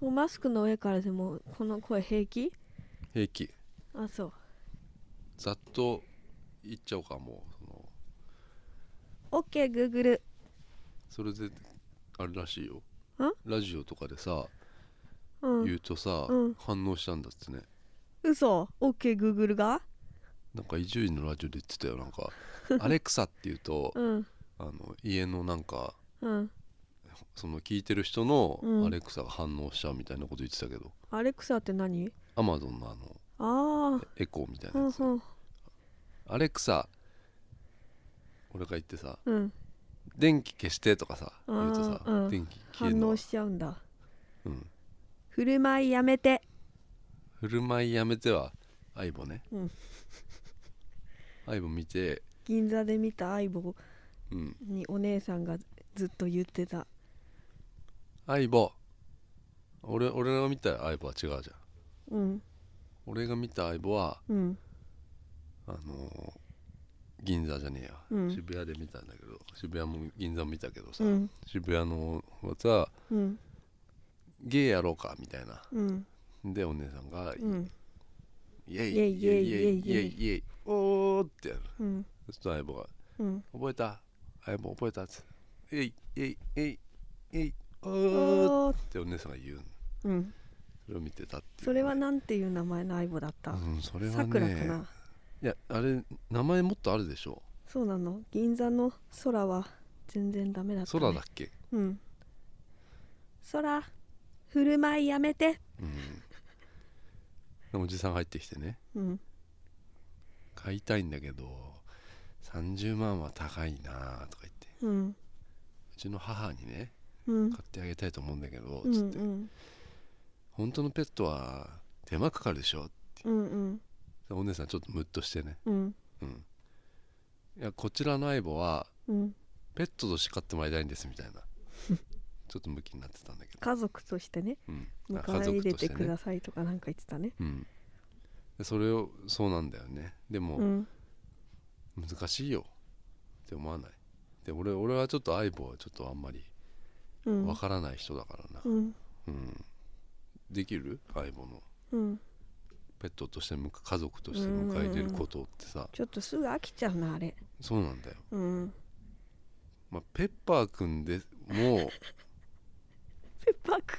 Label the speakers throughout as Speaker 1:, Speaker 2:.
Speaker 1: もうマスクの上からでもこの声平気
Speaker 2: 平気
Speaker 1: あそう
Speaker 2: ざっと言っちゃおうかもうその
Speaker 1: OK グーグル
Speaker 2: それであれらしいよ
Speaker 1: ん
Speaker 2: ラジオとかでさ、
Speaker 1: う
Speaker 2: 言
Speaker 1: ん
Speaker 2: うとさ、
Speaker 1: うん
Speaker 2: 反応したんだってね
Speaker 1: 嘘 OK グーグルが
Speaker 2: なんか伊集院のラジオで言ってたよな んか「アレクサ」って言うと、
Speaker 1: うん
Speaker 2: あの家のなんか
Speaker 1: うん
Speaker 2: その聞いてる人の
Speaker 1: うん
Speaker 2: アレクサが反応しちゃうみたいなこと言ってたけど、
Speaker 1: アレクサって何
Speaker 2: アマゾンのあの
Speaker 1: ああ
Speaker 2: エコーみたいな
Speaker 1: うん
Speaker 2: やつ、
Speaker 1: うん
Speaker 2: アレクサ俺が言ってさ
Speaker 1: うん
Speaker 2: 「電気消して」とかさ
Speaker 1: あー
Speaker 2: 言うとさ、
Speaker 1: うん
Speaker 2: 電気消える
Speaker 1: 反
Speaker 2: の
Speaker 1: 応しちゃうんだ
Speaker 2: うん
Speaker 1: 振る舞いやめて
Speaker 2: 振る舞いやめては相棒ね、
Speaker 1: うん
Speaker 2: 相棒見て
Speaker 1: 銀座で見た相棒
Speaker 2: うん
Speaker 1: にお姉さんがずっと言ってた
Speaker 2: 相棒俺俺が見た相棒は違うじゃん
Speaker 1: うん
Speaker 2: 俺が見た相棒は
Speaker 1: うん
Speaker 2: あのー銀座じゃねえや、
Speaker 1: うん
Speaker 2: 渋谷で見たんだけど渋谷も銀座も見たけどさ、
Speaker 1: うん
Speaker 2: 渋谷の方はさ
Speaker 1: うん
Speaker 2: ゲーやろうかみたいな
Speaker 1: うん
Speaker 2: でお姉さんが
Speaker 1: うん
Speaker 2: 「イェイ
Speaker 1: イェイ
Speaker 2: イェイイェイイ
Speaker 1: イェ
Speaker 2: ェ
Speaker 1: イ
Speaker 2: イイェイおー」ってやる
Speaker 1: うん
Speaker 2: そしたら相棒が
Speaker 1: うん
Speaker 2: 「覚えた相棒覚えた」っつって「イェイイェイイェイイェイおー」
Speaker 1: おー
Speaker 2: ってお姉さんが言うの
Speaker 1: うん
Speaker 2: それを見てたっていう
Speaker 1: それはなんていう名前の相棒だっ
Speaker 2: う
Speaker 1: た
Speaker 2: んそれはね
Speaker 1: さくらかない
Speaker 2: やあれ名前もっとあるでしょ
Speaker 1: そうなの銀座の空は全然ダメだった、ね、
Speaker 2: 空だっけ
Speaker 1: うん空振る舞いやめて
Speaker 2: うんでおじさんが入ってきてね
Speaker 1: うん
Speaker 2: 買いたいんだけど30万は高いなとか言って
Speaker 1: うん
Speaker 2: うちの母にね
Speaker 1: うん
Speaker 2: 買ってあげたいと思うんだけど、
Speaker 1: うん
Speaker 2: つ
Speaker 1: う
Speaker 2: って
Speaker 1: ん
Speaker 2: 本当のペットは手間かかるでしょ
Speaker 1: うんうん
Speaker 2: お姉さんちょっとムッとしてね
Speaker 1: うん
Speaker 2: うんいやこちらの相棒は
Speaker 1: うん
Speaker 2: ペットとして飼ってもらいたいんですみた いなちょっとムキになってたんだけど、
Speaker 1: 家族としてね
Speaker 2: うん、
Speaker 1: 迎
Speaker 2: あ
Speaker 1: え入れてく
Speaker 2: ね
Speaker 1: だ、さいとかなんか言ってたね
Speaker 2: うん、でそれをそうなんだよねでも、
Speaker 1: うん
Speaker 2: 難しいよって思わないで俺俺はちょっと相棒はちょっとあんまり
Speaker 1: うん
Speaker 2: わからない人だからな、
Speaker 1: うん
Speaker 2: うん、できる相棒の
Speaker 1: うん
Speaker 2: ペットとしてむか家族として迎え入れることってさ、
Speaker 1: ちょっとすぐ飽きちゃうなあれ
Speaker 2: そうなんだよ、
Speaker 1: うん
Speaker 2: まあ、ペッパーくんで も
Speaker 1: ペッパーくん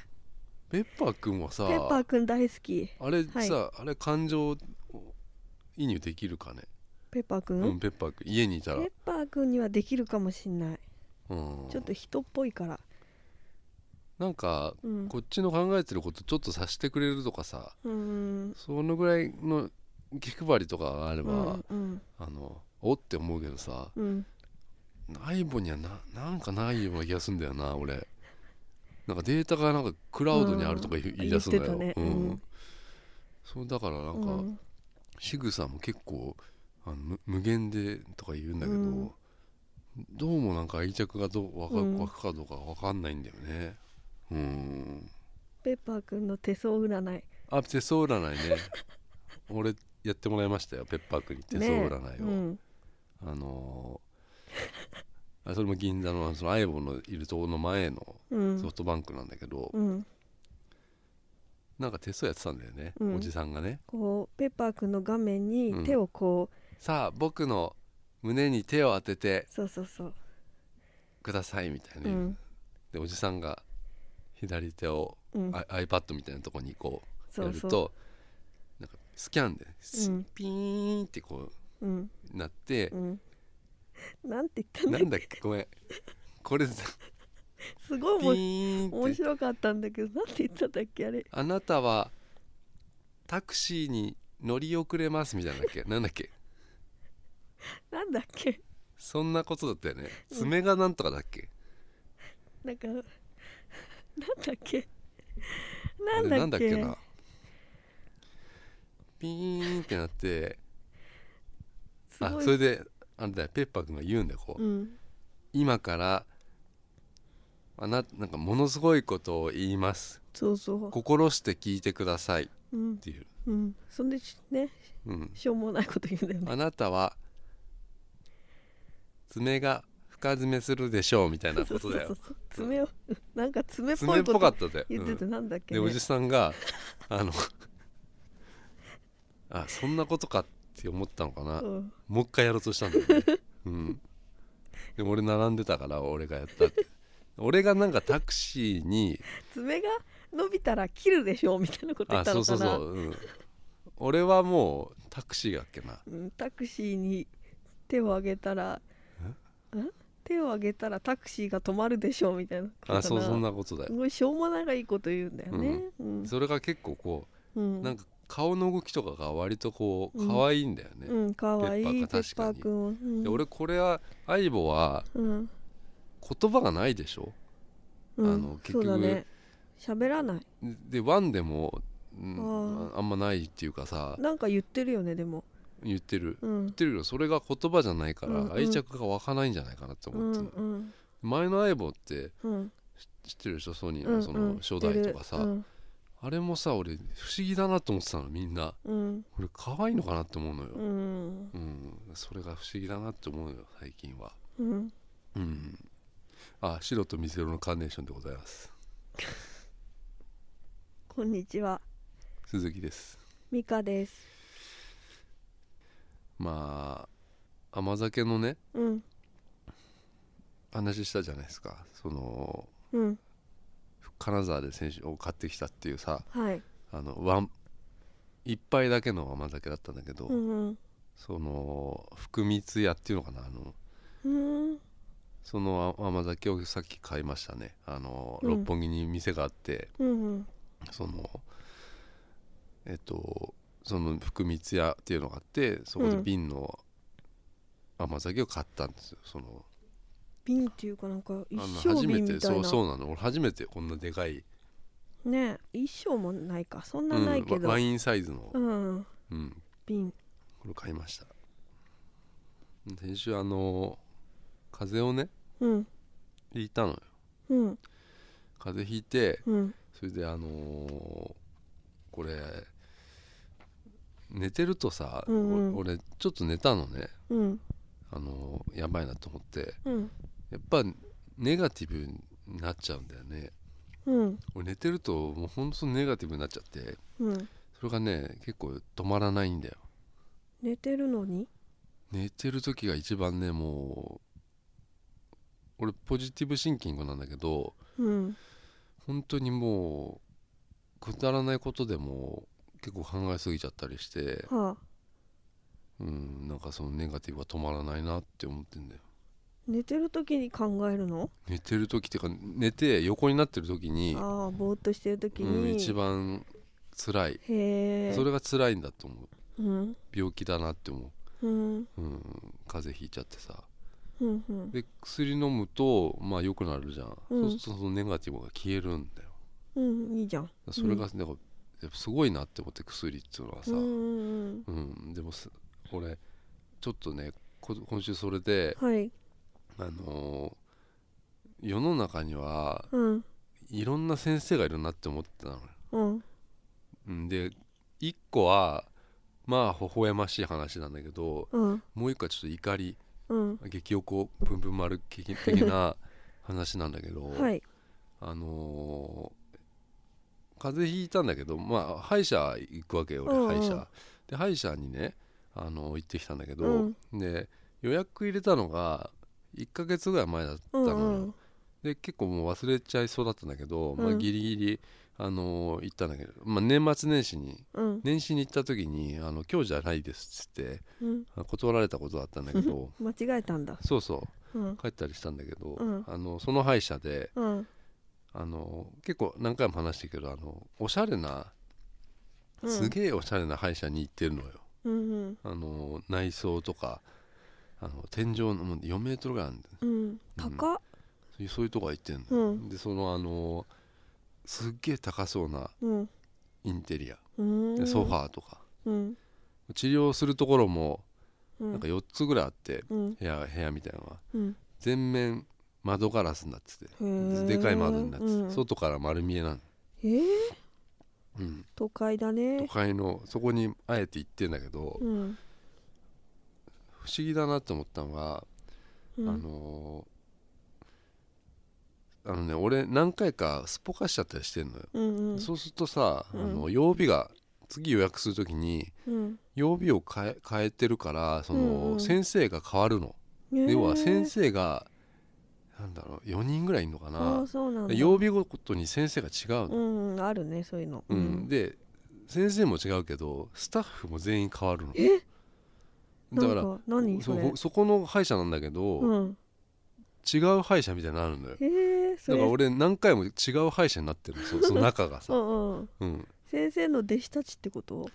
Speaker 2: ペッパーくんはさ
Speaker 1: ペッパーくん大好き
Speaker 2: あれさ、
Speaker 1: はい
Speaker 2: あれ感情を移入できるかね
Speaker 1: ペッパーく、
Speaker 2: うんん、ペッパーくん家にいたら、
Speaker 1: ペッパーくんにはできるかもしんない
Speaker 2: うん、
Speaker 1: ちょっと人っぽいから
Speaker 2: なんか
Speaker 1: うん
Speaker 2: こっちの考えてることちょっとさしてくれるとかさ
Speaker 1: うん
Speaker 2: そのぐらいの気配りとかがあれば、
Speaker 1: うんうん
Speaker 2: あのおって思うけどさ
Speaker 1: うん
Speaker 2: 内部にはななんかないような気がするんだよな俺なんかデータがなんかクラウドにあるとか言い言い出すんだよ、
Speaker 1: うん言ってた
Speaker 2: う
Speaker 1: ね
Speaker 2: ん
Speaker 1: うん
Speaker 2: そうだからな
Speaker 1: うん
Speaker 2: か、
Speaker 1: ん
Speaker 2: 仕草も結構あの無無限でとか言うんだけど、
Speaker 1: うん
Speaker 2: どうもなんか愛着がどうわか
Speaker 1: うん
Speaker 2: 湧くかどうかわかんないんだよねうん
Speaker 1: ペッパーくんの手相占い
Speaker 2: あ手相占 いね俺やってもらいましたよペッパーくんに手相
Speaker 1: ね
Speaker 2: 占いを、
Speaker 1: うん
Speaker 2: あのーあそれも銀座のその相棒のいるところの前の
Speaker 1: うん
Speaker 2: ソフトバンクなんだけど、
Speaker 1: うん
Speaker 2: なんか手相やってたんだよね、
Speaker 1: うん
Speaker 2: おじさんがね
Speaker 1: こうペッパーくんの画面に手をこう、
Speaker 2: さあ僕の胸に手を当てて
Speaker 1: そうそうそう
Speaker 2: くださいみたいな
Speaker 1: う
Speaker 2: 言う、
Speaker 1: ん
Speaker 2: でおじさんが左手を、
Speaker 1: うん
Speaker 2: あ iPad みたいなとこにこう
Speaker 1: そ
Speaker 2: や
Speaker 1: う
Speaker 2: る
Speaker 1: そ
Speaker 2: と
Speaker 1: う
Speaker 2: なんかスキャンで、ス
Speaker 1: うん
Speaker 2: ピーンってこ
Speaker 1: うん
Speaker 2: うなって
Speaker 1: う、んなんて言った
Speaker 2: な
Speaker 1: の
Speaker 2: んだっけごめん これさ
Speaker 1: すごい面白
Speaker 2: ピーンっ
Speaker 1: 面
Speaker 2: て
Speaker 1: 白かったんだけどなんて言ったんだっけあれ
Speaker 2: あなたはタクシーに乗り遅れますみたいなんだっけなんだっけ
Speaker 1: なんだっけ
Speaker 2: そんなことだったよね
Speaker 1: うん
Speaker 2: 爪がなんとかだっけ、
Speaker 1: なんかなんだっけ
Speaker 2: あれ
Speaker 1: な
Speaker 2: なんん
Speaker 1: だ
Speaker 2: だ
Speaker 1: っ
Speaker 2: っ
Speaker 1: け
Speaker 2: けなピーンってなって
Speaker 1: す
Speaker 2: あ
Speaker 1: ごい
Speaker 2: それであれだよペッパー君が言うんだよこう、
Speaker 1: うん
Speaker 2: 今からあななんかものすごいことを言います
Speaker 1: そうそう
Speaker 2: 心して聞いてくださいっ
Speaker 1: うん
Speaker 2: ていう、
Speaker 1: うんそんでしね
Speaker 2: うん、
Speaker 1: しょうもないこと言うんだよね
Speaker 2: あなたは爪が深爪するでしょうみたいなことだよ
Speaker 1: そうそうそう爪をなんか爪っぽ
Speaker 2: 爪っ
Speaker 1: いこ
Speaker 2: ぽか
Speaker 1: と
Speaker 2: ったで、
Speaker 1: 言って
Speaker 2: う
Speaker 1: て
Speaker 2: ん
Speaker 1: なんだっけ、
Speaker 2: で
Speaker 1: ね
Speaker 2: おじさんがあのあそんなことかって思ったのかな
Speaker 1: うん
Speaker 2: もう一回やろうとしたんだよね、うん、で俺並んでたから俺がやったって俺がなんかタクシーに
Speaker 1: 爪が伸びたら切るでしょみたいなこと言
Speaker 2: あ
Speaker 1: った
Speaker 2: そ
Speaker 1: の
Speaker 2: う
Speaker 1: か
Speaker 2: そうそ
Speaker 1: な
Speaker 2: う、うん、俺はもうタクシーがっけな
Speaker 1: うんタクシーに手を挙げたらん手を挙げたらタクシーが止まるでしょみたいなことかな
Speaker 2: あそうそんなことだ
Speaker 1: す
Speaker 2: よ
Speaker 1: ごいしょうもないがいいこと言うんだよねうん
Speaker 2: それが結構こ
Speaker 1: うん
Speaker 2: うなんか顔の動きとかが割とこう
Speaker 1: うん
Speaker 2: 可愛いんだよね、
Speaker 1: うんかわいいペ
Speaker 2: ペ
Speaker 1: ッ
Speaker 2: ッパ
Speaker 1: パ
Speaker 2: ーか
Speaker 1: ーくんはうん
Speaker 2: で俺これは相棒は
Speaker 1: うん
Speaker 2: 言葉がないでしょ
Speaker 1: うん
Speaker 2: あの
Speaker 1: そ
Speaker 2: 結局
Speaker 1: うだね喋らない
Speaker 2: でワンでもうん
Speaker 1: あ
Speaker 2: ああんまないっていうかさ
Speaker 1: なんか言ってるよねでも
Speaker 2: 言ってる
Speaker 1: うん
Speaker 2: 言ってるけどそれが言葉じゃないか
Speaker 1: うんうん
Speaker 2: ら愛着が湧かないんじゃないかなって
Speaker 1: う
Speaker 2: 思
Speaker 1: ん
Speaker 2: って
Speaker 1: う
Speaker 2: る、
Speaker 1: ん
Speaker 2: 前の相棒って
Speaker 1: うん
Speaker 2: 知ってるでしょソニー
Speaker 1: うんう
Speaker 2: の
Speaker 1: ん
Speaker 2: その初代とかさ、
Speaker 1: うん
Speaker 2: あれもさ俺不思議だなと思ってたのみんな
Speaker 1: うん
Speaker 2: 俺可愛いのかなって思うのよ
Speaker 1: う、ん
Speaker 2: うんそれが不思議だなって思うのよ最近は
Speaker 1: うん
Speaker 2: うんあ白と水色のカーネーションでございます
Speaker 1: こんにちは
Speaker 2: 鈴木です
Speaker 1: ミカです
Speaker 2: まあ甘酒のね
Speaker 1: うん
Speaker 2: 話したじゃないですかその
Speaker 1: うん
Speaker 2: 金沢で選手を買ってきたっていうさ
Speaker 1: はい
Speaker 2: あのワン一杯だけの甘酒だったんだけど、
Speaker 1: うんうん
Speaker 2: その福光屋っていうのかなあの
Speaker 1: うん
Speaker 2: そのあ甘酒をさっき買いましたねあの、
Speaker 1: うん
Speaker 2: 六本木に店があって
Speaker 1: うんうん
Speaker 2: そのえっとその福光屋っていうのがあってそこで
Speaker 1: うん
Speaker 2: 瓶の甘酒を買ったんですよその
Speaker 1: 瓶っていうかなんか
Speaker 2: あ
Speaker 1: 一
Speaker 2: の
Speaker 1: 升
Speaker 2: 初め
Speaker 1: 瓶
Speaker 2: て
Speaker 1: みた
Speaker 2: そ
Speaker 1: いうな
Speaker 2: そうなの俺初めてこんなでかい、
Speaker 1: ねえ一升もないかそんな
Speaker 2: うん
Speaker 1: ないけど
Speaker 2: ワワインサイズの
Speaker 1: う、ん
Speaker 2: うん、
Speaker 1: 瓶
Speaker 2: これ買いました先週あの風邪をね
Speaker 1: うん
Speaker 2: ひいたのよ
Speaker 1: うん
Speaker 2: 風邪ひいて
Speaker 1: うん
Speaker 2: それであのーこれ寝てるとさ、
Speaker 1: うんうん
Speaker 2: お俺ちょっと寝たのね
Speaker 1: うん
Speaker 2: あのーやばいなと思って
Speaker 1: うん
Speaker 2: やっぱネガティブになっちゃうんだよね
Speaker 1: うん
Speaker 2: 俺寝てるともうほんとネガティブになっちゃって
Speaker 1: うん
Speaker 2: それがね結構止まらないんだよ
Speaker 1: 寝てるのに
Speaker 2: 寝てる時が一番ねもう俺ポジティブシンキングなんだけど
Speaker 1: うん
Speaker 2: 本当にもうくだらないことでも結構考えすぎちゃったりして
Speaker 1: はあ
Speaker 2: うんなんかそのネガティブは止まらないなって思ってんだよ
Speaker 1: 寝てる時に考えるの
Speaker 2: 寝てる時ってか寝て横になってる時に、
Speaker 1: ああぼーっとしてる時
Speaker 2: うん、
Speaker 1: に
Speaker 2: 一番辛い
Speaker 1: へえ
Speaker 2: それが辛いんだと思う
Speaker 1: うん
Speaker 2: 病気だなって思
Speaker 1: うん
Speaker 2: う、うん、風邪ひいちゃってさ
Speaker 1: うんうん
Speaker 2: で薬飲むとまあ良くなるじゃん、
Speaker 1: うん
Speaker 2: そうするとそのネガティブが消えるんだよ
Speaker 1: うんいいじゃん
Speaker 2: それがなんかやっぱすごいなって思って薬っていうのは
Speaker 1: う
Speaker 2: さ、
Speaker 1: んう
Speaker 2: うん
Speaker 1: ん
Speaker 2: でもす俺ちょっとねこ今週それで、
Speaker 1: うんはい
Speaker 2: あのー世の中には
Speaker 1: うん
Speaker 2: いろんな先生がいるなって思ってたのよ
Speaker 1: うん
Speaker 2: うんで一個はまあ微笑ましい話なんだけど
Speaker 1: うん
Speaker 2: もう一個はちょっと怒り
Speaker 1: うん
Speaker 2: 激おこぶんぶん丸的的 な話なんだけど、
Speaker 1: はい
Speaker 2: あのー風邪ひいたんだけどまあ歯医者行くわけよ俺、
Speaker 1: うんうん
Speaker 2: 歯医者で歯医者にね、あのー行ってきたんだけど、
Speaker 1: うん
Speaker 2: で予約入れたのが1ヶ月ぐらい前だった
Speaker 1: うん
Speaker 2: のよ、
Speaker 1: うん
Speaker 2: で結構もう忘れちゃいそうだったんだけど、ま
Speaker 1: う
Speaker 2: あ、
Speaker 1: ん
Speaker 2: ギリギリ、あのー行ったんだけど、まあ、年末年始に
Speaker 1: うん
Speaker 2: 年始に行った時に「あの今日じゃないです」っつって
Speaker 1: うん
Speaker 2: あ断られたことだったんだ けど
Speaker 1: 間違えたんだ
Speaker 2: そうそう
Speaker 1: うん
Speaker 2: 帰ったりしたんだけど、
Speaker 1: うん
Speaker 2: あのその歯医者で、
Speaker 1: うん
Speaker 2: あの結構何回も話してるけどあのおしゃれな
Speaker 1: うん
Speaker 2: すげえおしゃれな歯医者に行ってるのよ、
Speaker 1: うんうん
Speaker 2: あの内装とかあの天井のもう4メートルぐらいあるんだよ
Speaker 1: うん、高っ、
Speaker 2: そういうそういうとこ行ってんの、
Speaker 1: うん
Speaker 2: でそのあのすっげえ高そうな
Speaker 1: うん
Speaker 2: インテリア、
Speaker 1: うん、
Speaker 2: でソファーとか
Speaker 1: うん、
Speaker 2: 治療するところも
Speaker 1: うん、
Speaker 2: なんか4つぐらいあって
Speaker 1: うん、
Speaker 2: 部屋部屋みたいなのが
Speaker 1: うん、
Speaker 2: 全面窓ガラスになってて
Speaker 1: へー
Speaker 2: でかい窓になってて、
Speaker 1: うん
Speaker 2: 外から丸見えなの、
Speaker 1: えー、
Speaker 2: うん、
Speaker 1: 都会だ
Speaker 2: 都
Speaker 1: ね。
Speaker 2: 会のそこにあえて行ってんだけど、
Speaker 1: うん、
Speaker 2: 不思議だなと思ったのが、
Speaker 1: うん
Speaker 2: あのーあのね俺何回かすっぽかしちゃったりしてんのよ、
Speaker 1: うんうん
Speaker 2: そうするとさ、
Speaker 1: うん
Speaker 2: あの曜日が次予約するときに
Speaker 1: うん
Speaker 2: 曜日を変え変えてるからその、
Speaker 1: うんうん
Speaker 2: 先生が変わるの、
Speaker 1: へー
Speaker 2: 要は先生がなんだろう4人ぐらいいるのか
Speaker 1: あ
Speaker 2: な
Speaker 1: あそうなんだ
Speaker 2: 曜日ごとに先生が違う
Speaker 1: う
Speaker 2: の、
Speaker 1: んうんあるねそういうの
Speaker 2: うんで先生も違うけどスタッフも全員変わるの
Speaker 1: え
Speaker 2: だから
Speaker 1: なん何そ
Speaker 2: そ
Speaker 1: れ
Speaker 2: うそこの歯医者なんだけど、
Speaker 1: うん
Speaker 2: 違う歯医者みたいになるのよ
Speaker 1: へえそ
Speaker 2: だ
Speaker 1: れ
Speaker 2: から俺何回も違う歯医者になってるそそ の中が
Speaker 1: う
Speaker 2: さ、
Speaker 1: んうん
Speaker 2: うん
Speaker 1: 先生の弟子たちってこと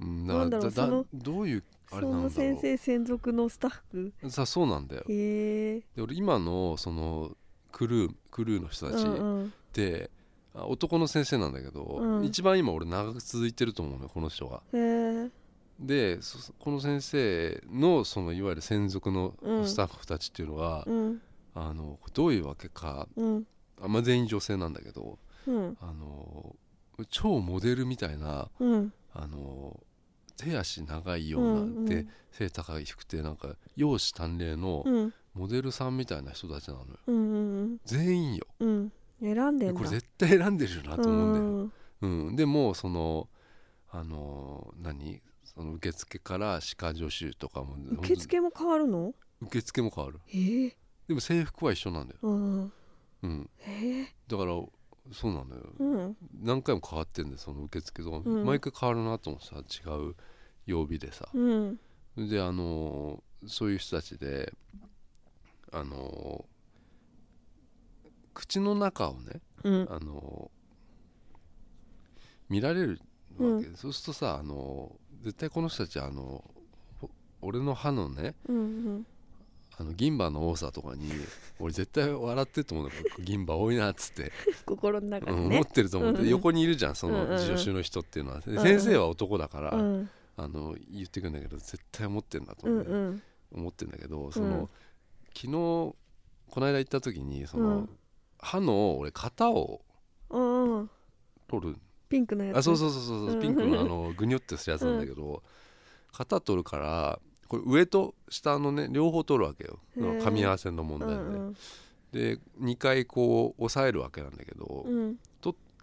Speaker 2: うん、
Speaker 1: なんだろうそ
Speaker 2: だ
Speaker 1: の
Speaker 2: どういうあ
Speaker 1: そ
Speaker 2: れな
Speaker 1: の
Speaker 2: んだろ
Speaker 1: 先生専属のスタッフ
Speaker 2: うさそうなんだよ
Speaker 1: へえ
Speaker 2: で俺今のそのクルークルーの人たち
Speaker 1: うんうん
Speaker 2: で、あ男の先生なんだけど、
Speaker 1: うん
Speaker 2: 一番今俺長く続いてると思うのよこの人が
Speaker 1: へえ
Speaker 2: でそこの先生のそのいわゆる専属の
Speaker 1: うん
Speaker 2: スタッフたちっていうのが、
Speaker 1: うん
Speaker 2: あのどういうわけか
Speaker 1: うん
Speaker 2: あんま全員女性なんだけど
Speaker 1: うん
Speaker 2: あの超モデルみたいな
Speaker 1: うん
Speaker 2: あの手足長いような、
Speaker 1: うんうん
Speaker 2: で背高い低くてなんか容姿端麗の
Speaker 1: うん
Speaker 2: モデルさんみたいな人たちなのよ
Speaker 1: うんうん
Speaker 2: 全員よ
Speaker 1: うん選んでんだ
Speaker 2: これ絶対選んでるよなと思うんだよ、うん、でもそのあの何その受付から歯科助手とかも
Speaker 1: うん受付も変わるの
Speaker 2: 受付も変わる
Speaker 1: へえ
Speaker 2: でも制服は一緒なんだよ、
Speaker 1: うん
Speaker 2: うん、
Speaker 1: へえ
Speaker 2: だからそうなのよ
Speaker 1: うん
Speaker 2: 何回も変わってんだよその受付とか、
Speaker 1: うん
Speaker 2: 毎回変わるなと思ってさ違う曜日でさ
Speaker 1: うん
Speaker 2: であのそういう人たちであの口の中をね
Speaker 1: うん
Speaker 2: あの見られるわけ、そうするとさあの絶対この人たちはあのほ俺の歯のね
Speaker 1: うんうん
Speaker 2: あの銀歯の多さとかに俺絶対笑ってると思うんだけど銀歯多いなっつって、
Speaker 1: 心の中
Speaker 2: うん
Speaker 1: に
Speaker 2: 思
Speaker 1: ね
Speaker 2: ってると思って、
Speaker 1: うんうん
Speaker 2: 横にいるじゃんそ
Speaker 1: うんうんう
Speaker 2: の
Speaker 1: ん
Speaker 2: 助手の人っていうのは、で
Speaker 1: んうん
Speaker 2: 先生は男だから、
Speaker 1: うん
Speaker 2: あの言ってくんだけど絶対思ってんだと
Speaker 1: う
Speaker 2: 思
Speaker 1: ん
Speaker 2: う、
Speaker 1: うん
Speaker 2: 思ってんだけどそうの、
Speaker 1: ん
Speaker 2: 昨日この間行った時にその、
Speaker 1: うん
Speaker 2: 歯の俺型を
Speaker 1: うんうん
Speaker 2: 取る
Speaker 1: ピンクのやつ
Speaker 2: あそうそうそうそう、
Speaker 1: うん
Speaker 2: ピンクのあのぐにょってするやつなんだけど、型取るからこれ上と下のね両方取るわけよ
Speaker 1: へー
Speaker 2: 噛み合わせの問
Speaker 1: う
Speaker 2: 題で、
Speaker 1: ん
Speaker 2: で2回こう押さえるわけなんだけど、
Speaker 1: うん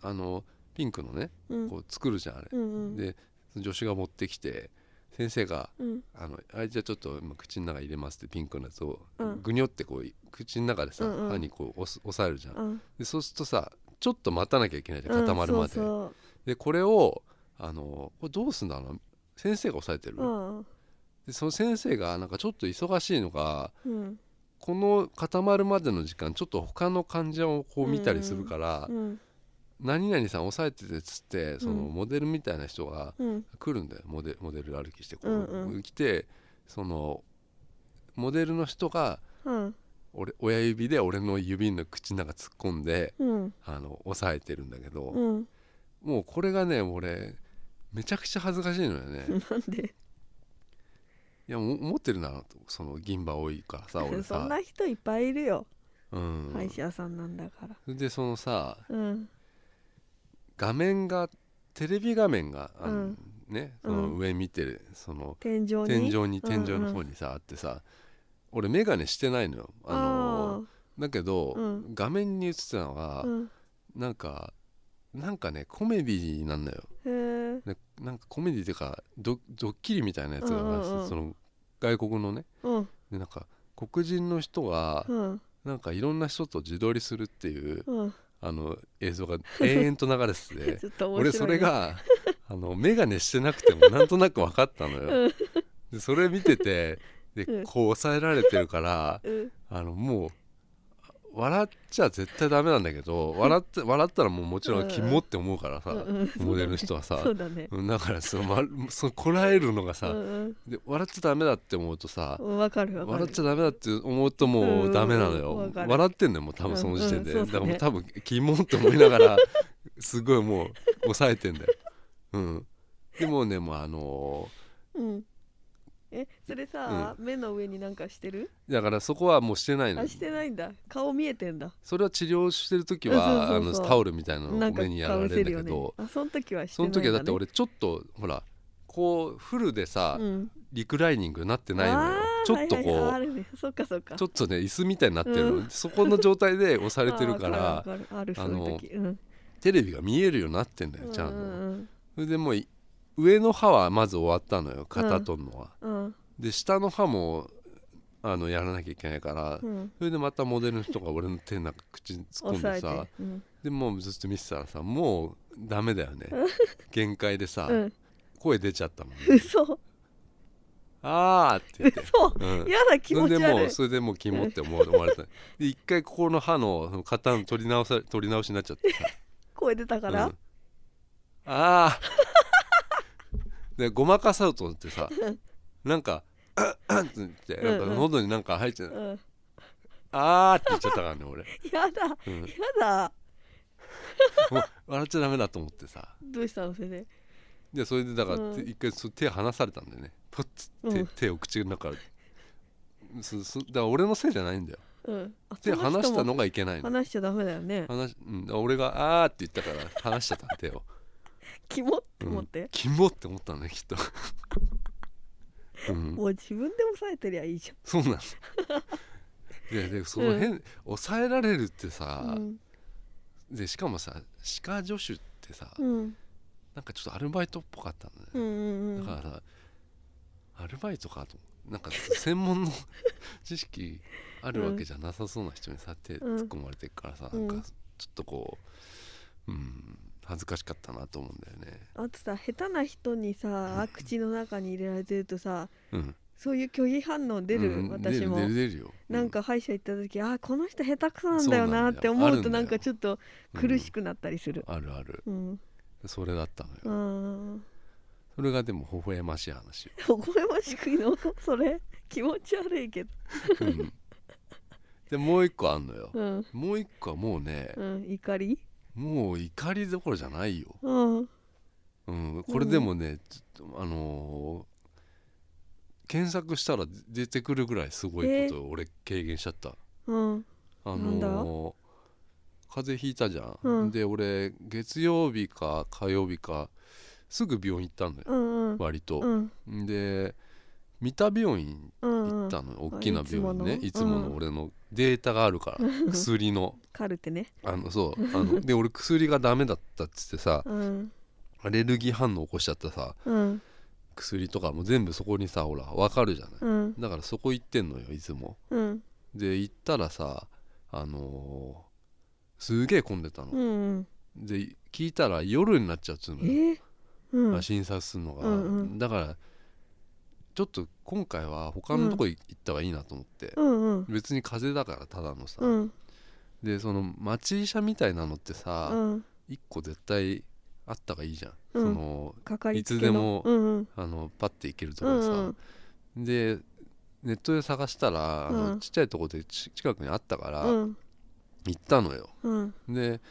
Speaker 2: あのピンクのね
Speaker 1: うん
Speaker 2: こう作るじゃんあれ、
Speaker 1: うんうん
Speaker 2: で助手が持ってきて先生が
Speaker 1: うん
Speaker 2: 「あのあじゃあちょっと今口の中入れます」ってピンクのやつを
Speaker 1: うん
Speaker 2: ぐにょってこう口の中でさ、
Speaker 1: うんうん
Speaker 2: 歯にこう押す押さえるじゃん、
Speaker 1: うん
Speaker 2: でそうするとさちょっと待たなきゃいけないじゃん固まるまで、
Speaker 1: うんそう
Speaker 2: でこれをあのこれどうすんだろう先生が押さえてる、
Speaker 1: そううん
Speaker 2: でその先生がなんかちょっと忙しいのか
Speaker 1: うん
Speaker 2: この固まるまでの時間ちょっと他の患者をこう見たりするから
Speaker 1: う、ん
Speaker 2: 何々さん押さえててっつってその
Speaker 1: うん
Speaker 2: モデルみたいな人が
Speaker 1: うん
Speaker 2: 来るんだよモデモデル歩きしてこう、
Speaker 1: うんう
Speaker 2: 来てそのモデルの人が
Speaker 1: うん
Speaker 2: 俺親指で俺の指の口の中突っ込んで
Speaker 1: うん
Speaker 2: あの押さえてるんだけど、
Speaker 1: うん
Speaker 2: もうこれがね俺めちゃくちゃ恥ずかしいのよね。
Speaker 1: なんで
Speaker 2: いやも思ってるなとその銀歯多いか らさ俺
Speaker 1: そ
Speaker 2: さ
Speaker 1: んな人いっぱいいるよ
Speaker 2: うん
Speaker 1: 歯医者さんなんだから
Speaker 2: でそのさ
Speaker 1: うん
Speaker 2: 画面がテレビ画面があの、
Speaker 1: うん
Speaker 2: ね
Speaker 1: う
Speaker 2: そ
Speaker 1: ん
Speaker 2: の上見てるその
Speaker 1: 天井に
Speaker 2: 天井に
Speaker 1: うんう
Speaker 2: 天
Speaker 1: ん
Speaker 2: 井の方にさ、あってさ俺眼鏡してないのよあの
Speaker 1: あ
Speaker 2: だけど、
Speaker 1: うん
Speaker 2: 画面に映ってたのが
Speaker 1: あ、うん
Speaker 2: なんかなんかねコメディなんだよ
Speaker 1: へえ
Speaker 2: でなんかコメディっていうかドドッキリみたいなやつが、
Speaker 1: うんうんうん
Speaker 2: その外国のね
Speaker 1: うん
Speaker 2: でなんか黒人の人が、
Speaker 1: うん
Speaker 2: なんかいろんな人と自撮りするっていう
Speaker 1: うん
Speaker 2: あの映像が 延々と流れてて
Speaker 1: ちょっと面白い
Speaker 2: 俺それがあの眼鏡してなくてもなんとなく分かったの
Speaker 1: う
Speaker 2: よ。でそれ見ててで
Speaker 1: うん
Speaker 2: こう抑えられてるから
Speaker 1: うん
Speaker 2: あのもう笑っちゃ絶対ダメなんだけ ど笑って笑ったらもうもちろんキモって思うからさ
Speaker 1: うんうん
Speaker 2: モデルの人はさ
Speaker 1: そうだね
Speaker 2: うんだからその、ま、そのこらえるのが
Speaker 1: う
Speaker 2: さ
Speaker 1: ん
Speaker 2: で笑っちゃダメだって思うとさ
Speaker 1: うんわかるわかる
Speaker 2: 笑っちゃダメだって思うともうダメな
Speaker 1: う
Speaker 2: の
Speaker 1: んうん
Speaker 2: よ
Speaker 1: わかる
Speaker 2: 笑ってんのよもう多分その時点で
Speaker 1: うんうん
Speaker 2: だ
Speaker 1: そ
Speaker 2: か
Speaker 1: うだ
Speaker 2: らも
Speaker 1: ね
Speaker 2: う多分キモンと思いながら すごいもう抑えてんだようんでもねもうあの
Speaker 1: うんえそれさ目の上になんかしてる
Speaker 2: ーだからそこはもうしてないの
Speaker 1: あしてないんだ顔見えてんだ
Speaker 2: それは治療してる時は
Speaker 1: あ
Speaker 2: あ
Speaker 1: そうそう
Speaker 2: の
Speaker 1: そう
Speaker 2: タオルみたいなの
Speaker 1: な
Speaker 2: を
Speaker 1: んか
Speaker 2: 目にやら
Speaker 1: 顔
Speaker 2: れ
Speaker 1: せ
Speaker 2: るん
Speaker 1: るよ
Speaker 2: だけ
Speaker 1: ね
Speaker 2: ど
Speaker 1: あその時はして
Speaker 2: そ
Speaker 1: ないん
Speaker 2: の
Speaker 1: だ、ね、
Speaker 2: 時はだって俺ちょっとほらこうフルでさ、
Speaker 1: うん、
Speaker 2: リクライニングなってないのよ
Speaker 1: あー
Speaker 2: ちょっとこう、
Speaker 1: はいはいあるねそっかそっか
Speaker 2: ちょっとね椅子みたいになってるの、
Speaker 1: うん
Speaker 2: そこの状態で押されてるか
Speaker 1: あーわ
Speaker 2: ら
Speaker 1: かるわかるあるそ
Speaker 2: あ
Speaker 1: うい
Speaker 2: の
Speaker 1: う時うん
Speaker 2: テレビが見えるようになってんだよちゃんと、
Speaker 1: うん
Speaker 2: それでもうい上の歯はまず終わったのよ肩とんのは、
Speaker 1: うん
Speaker 2: で下の歯もあのやらなきゃいけないから、
Speaker 1: うん
Speaker 2: それでまたモデルの人が俺の手の中口に突っ込ん
Speaker 1: 押
Speaker 2: で
Speaker 1: さえ
Speaker 2: さ
Speaker 1: てうん
Speaker 2: でもうずっと見てたらさもうダメだよね限界でさ、
Speaker 1: うん
Speaker 2: 声出ちゃったもんね
Speaker 1: 嘘
Speaker 2: 「あー」って 言って。
Speaker 1: 嘘
Speaker 2: うん
Speaker 1: 嫌だ気持ち
Speaker 2: それでも
Speaker 1: 悪
Speaker 2: う
Speaker 1: い
Speaker 2: それでもう肝って思わ思われたで一回ここの歯のその型の取り直さ取り直しになっちゃってさ
Speaker 1: 声出たから
Speaker 2: うんああでごまかそうと思ってさなんか「あっ」って言ってなんか
Speaker 1: うんうん
Speaker 2: 喉になんか入っちゃう
Speaker 1: うん
Speaker 2: 「あー」って言っちゃったからね俺、
Speaker 1: やだや
Speaker 2: うん、も
Speaker 1: だ
Speaker 2: う笑っちゃダメだと思ってさ
Speaker 1: どうしたのそれで
Speaker 2: でそれでだから、
Speaker 1: うん
Speaker 2: て一回そ手離されたんだよねポッつって
Speaker 1: うん
Speaker 2: 手を口の中から、そそだから俺のせいじゃないんだよ
Speaker 1: うんあ
Speaker 2: 手
Speaker 1: その人も
Speaker 2: 離したのがいけないの
Speaker 1: 話しちゃダメだよね
Speaker 2: 話、うん、俺が「あー」って言ったから話しちゃったんだよ
Speaker 1: キモって思って、
Speaker 2: キモって思ったんだねきっと、 うん
Speaker 1: も、う自分で抑えてりゃいいじ
Speaker 2: そうなんだいやでその辺、抑えられるって
Speaker 1: ゃ
Speaker 2: さ、
Speaker 1: んうん
Speaker 2: でしかもさ歯科助手ってさ、
Speaker 1: うん
Speaker 2: なんかちょっとアルバイトっぽかったんだね
Speaker 1: うんう、んうん
Speaker 2: だからさアルバイトかと思うなんか専門の 知識あるわけじゃなさそうな人にさ手
Speaker 1: うん
Speaker 2: 突っ込まれてるからさ、
Speaker 1: うん
Speaker 2: なんかちょっとこううん恥ずかしかったなと思うんだよね
Speaker 1: あとさ下手な人にさ口の中に入れられてるとさ
Speaker 2: うん
Speaker 1: そういう拒否反応出る、
Speaker 2: うん
Speaker 1: 私も
Speaker 2: 出る出る出るよ
Speaker 1: なんか歯医者行った時あーこの人下手くそなんだよ
Speaker 2: そうな
Speaker 1: なんっ
Speaker 2: だよ
Speaker 1: て思
Speaker 2: ある
Speaker 1: うんと
Speaker 2: だよ
Speaker 1: なんかちょっと苦しくなったりする
Speaker 2: うんあるある
Speaker 1: うん
Speaker 2: それだったのよ、
Speaker 1: うん
Speaker 2: それがでも微笑ましい話よ
Speaker 1: 微笑ましくいいのそれ気持ち悪いけど
Speaker 2: うん でもう一個あんのよ、
Speaker 1: うん
Speaker 2: もう一個はもうね、
Speaker 1: うん怒り
Speaker 2: もう怒りどころじゃないよ、
Speaker 1: うん
Speaker 2: うん、これでもね、ちょっとあのー検索したら出てくるぐらいすごいことを俺軽減しちゃった、
Speaker 1: うん
Speaker 2: あ
Speaker 1: なんだ
Speaker 2: のー風邪ひいたじゃん、
Speaker 1: うん
Speaker 2: で俺月曜日か火曜日かすぐ病院行ったのよ、
Speaker 1: うんうん
Speaker 2: 割と
Speaker 1: う、ん
Speaker 2: で三田病院
Speaker 1: うんう
Speaker 2: 行
Speaker 1: ん
Speaker 2: ったのよ、大きな病院ね
Speaker 1: い
Speaker 2: い
Speaker 1: つ
Speaker 2: つ
Speaker 1: もの
Speaker 2: もの俺のデータがあるから、 薬の
Speaker 1: カルテね
Speaker 2: あのそうあ ので俺薬がダメだったっつってさ
Speaker 1: うん
Speaker 2: アレルギー反応起こしちゃったさ
Speaker 1: うん
Speaker 2: 薬とかも全部そこにさほらわかるじゃない
Speaker 1: うん
Speaker 2: だからそこ行ってんのよいつも
Speaker 1: うん
Speaker 2: で行ったらさあのーすげえ混んでた
Speaker 1: う
Speaker 2: の
Speaker 1: ん
Speaker 2: で聞いたら夜になっちゃうっつう
Speaker 1: え
Speaker 2: のよ、
Speaker 1: ーうん
Speaker 2: あ診察するのが、
Speaker 1: うんうん
Speaker 2: だからちょっと今回は他のとこ行った方がいいなと思って、
Speaker 1: うんうん
Speaker 2: 別に風邪だからただのさ、
Speaker 1: うん
Speaker 2: でその町医者みたいなのってさ、
Speaker 1: うん
Speaker 2: 一個絶対あったがいいじゃん、
Speaker 1: うん
Speaker 2: その
Speaker 1: かかりつ
Speaker 2: いつ
Speaker 1: け
Speaker 2: で
Speaker 1: の
Speaker 2: も
Speaker 1: うんうん
Speaker 2: あのパッて行けると
Speaker 1: う
Speaker 2: ころさ、
Speaker 1: ん
Speaker 2: でネットで探したらあの、
Speaker 1: うん
Speaker 2: ちっちゃいとこでち近くにあったから、
Speaker 1: うん
Speaker 2: 行ったのよ
Speaker 1: うん
Speaker 2: で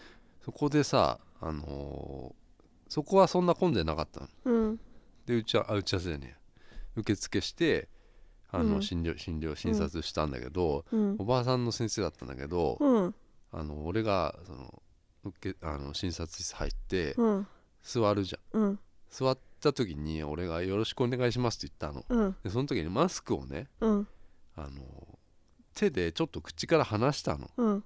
Speaker 2: そこでさあのーそこはそんな混んでなかったの
Speaker 1: うん
Speaker 2: で打ち合わあ打ち合わせじゃねえ受付してあの、
Speaker 1: うん
Speaker 2: 診療診療診察したんだけど、
Speaker 1: うん
Speaker 2: おばあさんの先生だったんだけど、
Speaker 1: うん
Speaker 2: あの俺がその受けあの診察室入って
Speaker 1: うん
Speaker 2: 座るじゃん
Speaker 1: うん
Speaker 2: 座った時に俺が「よろしくお願いします」って言ったの
Speaker 1: うん
Speaker 2: でその時にマスクをね
Speaker 1: うん
Speaker 2: あの手でちょっと口から離したの
Speaker 1: うん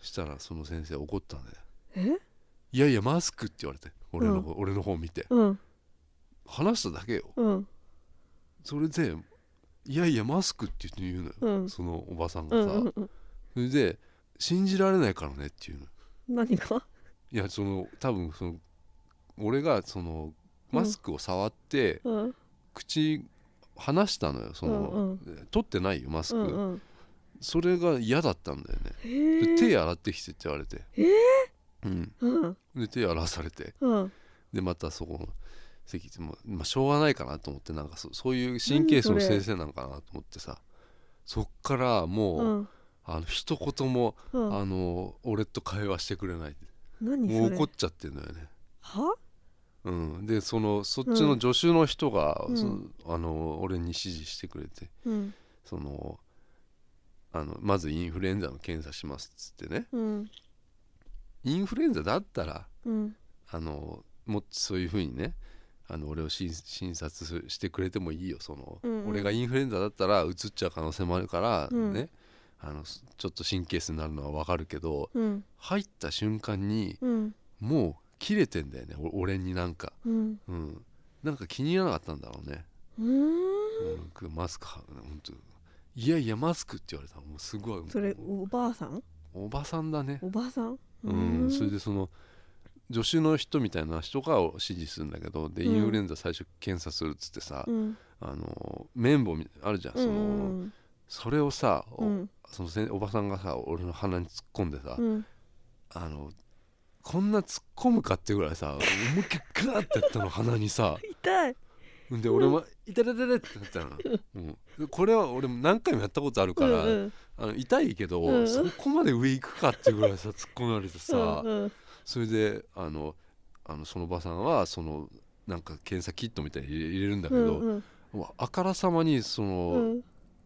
Speaker 2: したらその先生怒ったんだよ
Speaker 1: え
Speaker 2: 「いやいやマスク」って言われて俺の方、俺の方見て
Speaker 1: うん
Speaker 2: 離しただけよ
Speaker 1: うん
Speaker 2: それで「いやいやマスク」って言うのよ、
Speaker 1: うん
Speaker 2: そのおばさん
Speaker 1: う
Speaker 2: が
Speaker 1: ん
Speaker 2: さ、
Speaker 1: うんうん
Speaker 2: それで「信じられないからね」っていうの
Speaker 1: 何か
Speaker 2: いやその多分その俺がそのマスクを触って、
Speaker 1: うん
Speaker 2: 口離したのよその、
Speaker 1: うん
Speaker 2: 取ってないよマス
Speaker 1: う
Speaker 2: ク、
Speaker 1: んうん
Speaker 2: それが嫌だったんだよね、
Speaker 1: へ
Speaker 2: で
Speaker 1: ー
Speaker 2: 手洗ってきてって言われて、
Speaker 1: え
Speaker 2: うん、
Speaker 1: うん
Speaker 2: で手洗わされて
Speaker 1: うん
Speaker 2: でまたそこの席でもう、まあ、しょうがないかなと思ってなんかそそういう神経質の
Speaker 1: 何それ
Speaker 2: 先生なんかなと思ってさそっからもう、
Speaker 1: うん
Speaker 2: あの一言も、
Speaker 1: うん
Speaker 2: あの俺と会話してくれない
Speaker 1: 何
Speaker 2: も
Speaker 1: そうれ
Speaker 2: 怒っちゃってんのよね
Speaker 1: は
Speaker 2: うん、でそのそっちの助手の人が、
Speaker 1: うん
Speaker 2: そあの俺に指示してくれて
Speaker 1: うん
Speaker 2: そのあのまずインフルエンザの検査しますっつってね
Speaker 1: うん
Speaker 2: インフルエンザだったら
Speaker 1: うん
Speaker 2: あのもっとそういうふうにねあの俺を診診察すしてくれてもいいよその、
Speaker 1: うんうん
Speaker 2: 俺がインフルエンザだったらうつっちゃう可能性もあるから、
Speaker 1: うん
Speaker 2: ねあのすちょっと神経質になるのはわかるけど
Speaker 1: うん
Speaker 2: 入った瞬間に
Speaker 1: うん
Speaker 2: もう切れてんだよねお俺になんか、
Speaker 1: うん
Speaker 2: うん、なんか気に入らなかったんだろうね、
Speaker 1: うーん
Speaker 2: うん、マスクは本当いやいやマスクって言われたらもうすごい
Speaker 1: それおばあさん
Speaker 2: おばさんだね
Speaker 1: おばあさん
Speaker 2: うん、それでその助手の人みたいな人が指示するんだけどで
Speaker 1: うん
Speaker 2: インフルエンザ最初検査するっつってさ、
Speaker 1: うん
Speaker 2: あの綿棒みあるじゃん
Speaker 1: う
Speaker 2: その、
Speaker 1: ん
Speaker 2: それをさ、お
Speaker 1: うん
Speaker 2: そのせんおばさんがさ俺の鼻に突っ込んでさ、
Speaker 1: うん
Speaker 2: あのこんな突っ込むかってぐらいさ思いっきりガーってやったの鼻にさ
Speaker 1: 痛い
Speaker 2: で俺も「痛い痛い痛い」ってなったの、うんで、これは俺も何回もやったことあるから、
Speaker 1: うんうん
Speaker 2: あの痛いけど、
Speaker 1: うん
Speaker 2: そこまで上行くかってぐら いさ突っ込まれてさ、
Speaker 1: うんうん
Speaker 2: それであのあのそのおばさんはそのなんか検査キットみたいに入れ入れるんだけ
Speaker 1: う
Speaker 2: ど、
Speaker 1: んうん
Speaker 2: うわあからさまにその、
Speaker 1: うん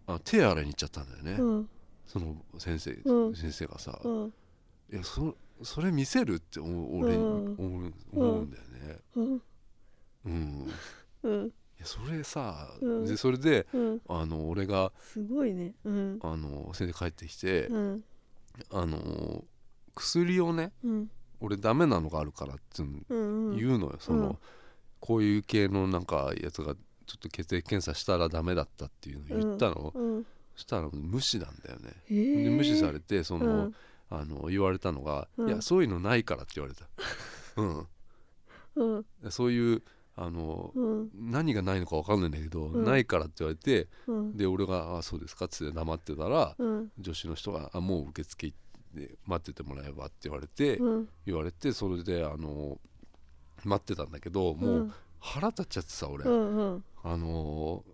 Speaker 2: あの手洗いに行っちゃったんだよね、
Speaker 1: うん
Speaker 2: その先生、
Speaker 1: うん
Speaker 2: 先生がさ、
Speaker 1: うん
Speaker 2: いやそそれ見せるって思う俺に
Speaker 1: うん
Speaker 2: 思う思うんだよね、
Speaker 1: うん
Speaker 2: うんい
Speaker 1: うん
Speaker 2: やそれさ、
Speaker 1: うん
Speaker 2: でそれで
Speaker 1: うん
Speaker 2: あの俺が
Speaker 1: すごいねうん
Speaker 2: あの先生帰ってきて、
Speaker 1: うん
Speaker 2: あの薬をね
Speaker 1: うん
Speaker 2: 俺ダメなのがあるからってうん
Speaker 1: うんうん
Speaker 2: 言うのよその、
Speaker 1: うん
Speaker 2: こういう系のなんかやつがちょっと血液検査したらダメだったっていうのを言ったの、
Speaker 1: うん
Speaker 2: そしたら無視なんだよね、
Speaker 1: へー
Speaker 2: で無視されてその、
Speaker 1: うん
Speaker 2: あの言われたのが、
Speaker 1: うん
Speaker 2: いやそういうのないからって言 われたうん
Speaker 1: うん
Speaker 2: そういうあの、
Speaker 1: うん
Speaker 2: 何がないのか分かんないんだけど、
Speaker 1: うん
Speaker 2: ないからって言われて
Speaker 1: うん
Speaker 2: で俺が「あそうですか」っつって黙ってたら、
Speaker 1: うん
Speaker 2: 女子の人が「あもう受付行って待っててもらえば」って言われて、
Speaker 1: うん
Speaker 2: 言われてそれであの待ってたんだけどもう、
Speaker 1: うん
Speaker 2: 腹立っちゃってさ俺、
Speaker 1: うんうん
Speaker 2: あのー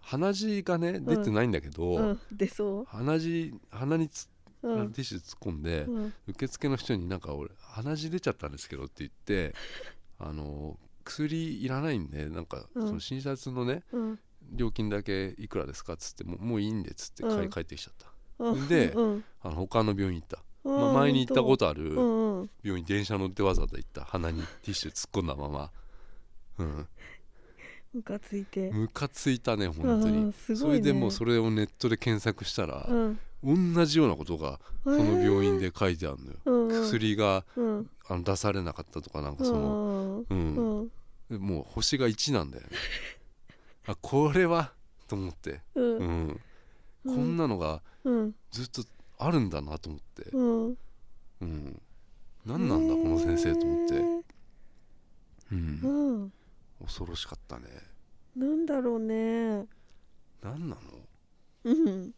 Speaker 2: 鼻血がね出てないんだけど、
Speaker 1: うん出そう
Speaker 2: 鼻血鼻につ、
Speaker 1: うん
Speaker 2: ティッシュ突っ込んで、
Speaker 1: うん
Speaker 2: 受付の人になんか俺鼻血出ちゃったんですけどって言って あのー薬いらないんでなんかそ
Speaker 1: うん
Speaker 2: の診察のね
Speaker 1: うん
Speaker 2: 料金だけいくらですかっつってもうもういいんでっつって帰,、
Speaker 1: うん
Speaker 2: 帰ってきちゃった
Speaker 1: うん
Speaker 2: で
Speaker 1: うん
Speaker 2: あの他の病院行った、
Speaker 1: うん
Speaker 2: まあ前に行ったこととあ
Speaker 1: う
Speaker 2: る
Speaker 1: んうん
Speaker 2: 病院電車乗ってわざわざ行った鼻にティッシュ突っ込んだまま、うん、
Speaker 1: ムカついて
Speaker 2: ムカついたね本当に、
Speaker 1: うんす
Speaker 2: そ
Speaker 1: ごい
Speaker 2: れ
Speaker 1: ね
Speaker 2: でもうそれをネットで検索したら、
Speaker 1: うん
Speaker 2: 同じようなことがその病院で書いてあるのよ、
Speaker 1: うんうん
Speaker 2: 薬が
Speaker 1: うん
Speaker 2: あの出されなかったとかなんかその、う
Speaker 1: うんん
Speaker 2: もう星が1なんだよ ねあこれはと思って、
Speaker 1: う
Speaker 2: うんんこんなのが
Speaker 1: うん
Speaker 2: ずっとあるんだなと思って、
Speaker 1: うん
Speaker 2: うん、何なんだこの先生と思って、
Speaker 1: へー
Speaker 2: う、
Speaker 1: うんん
Speaker 2: 恐ろしかったね
Speaker 1: なんだろうね
Speaker 2: 何なの
Speaker 1: うん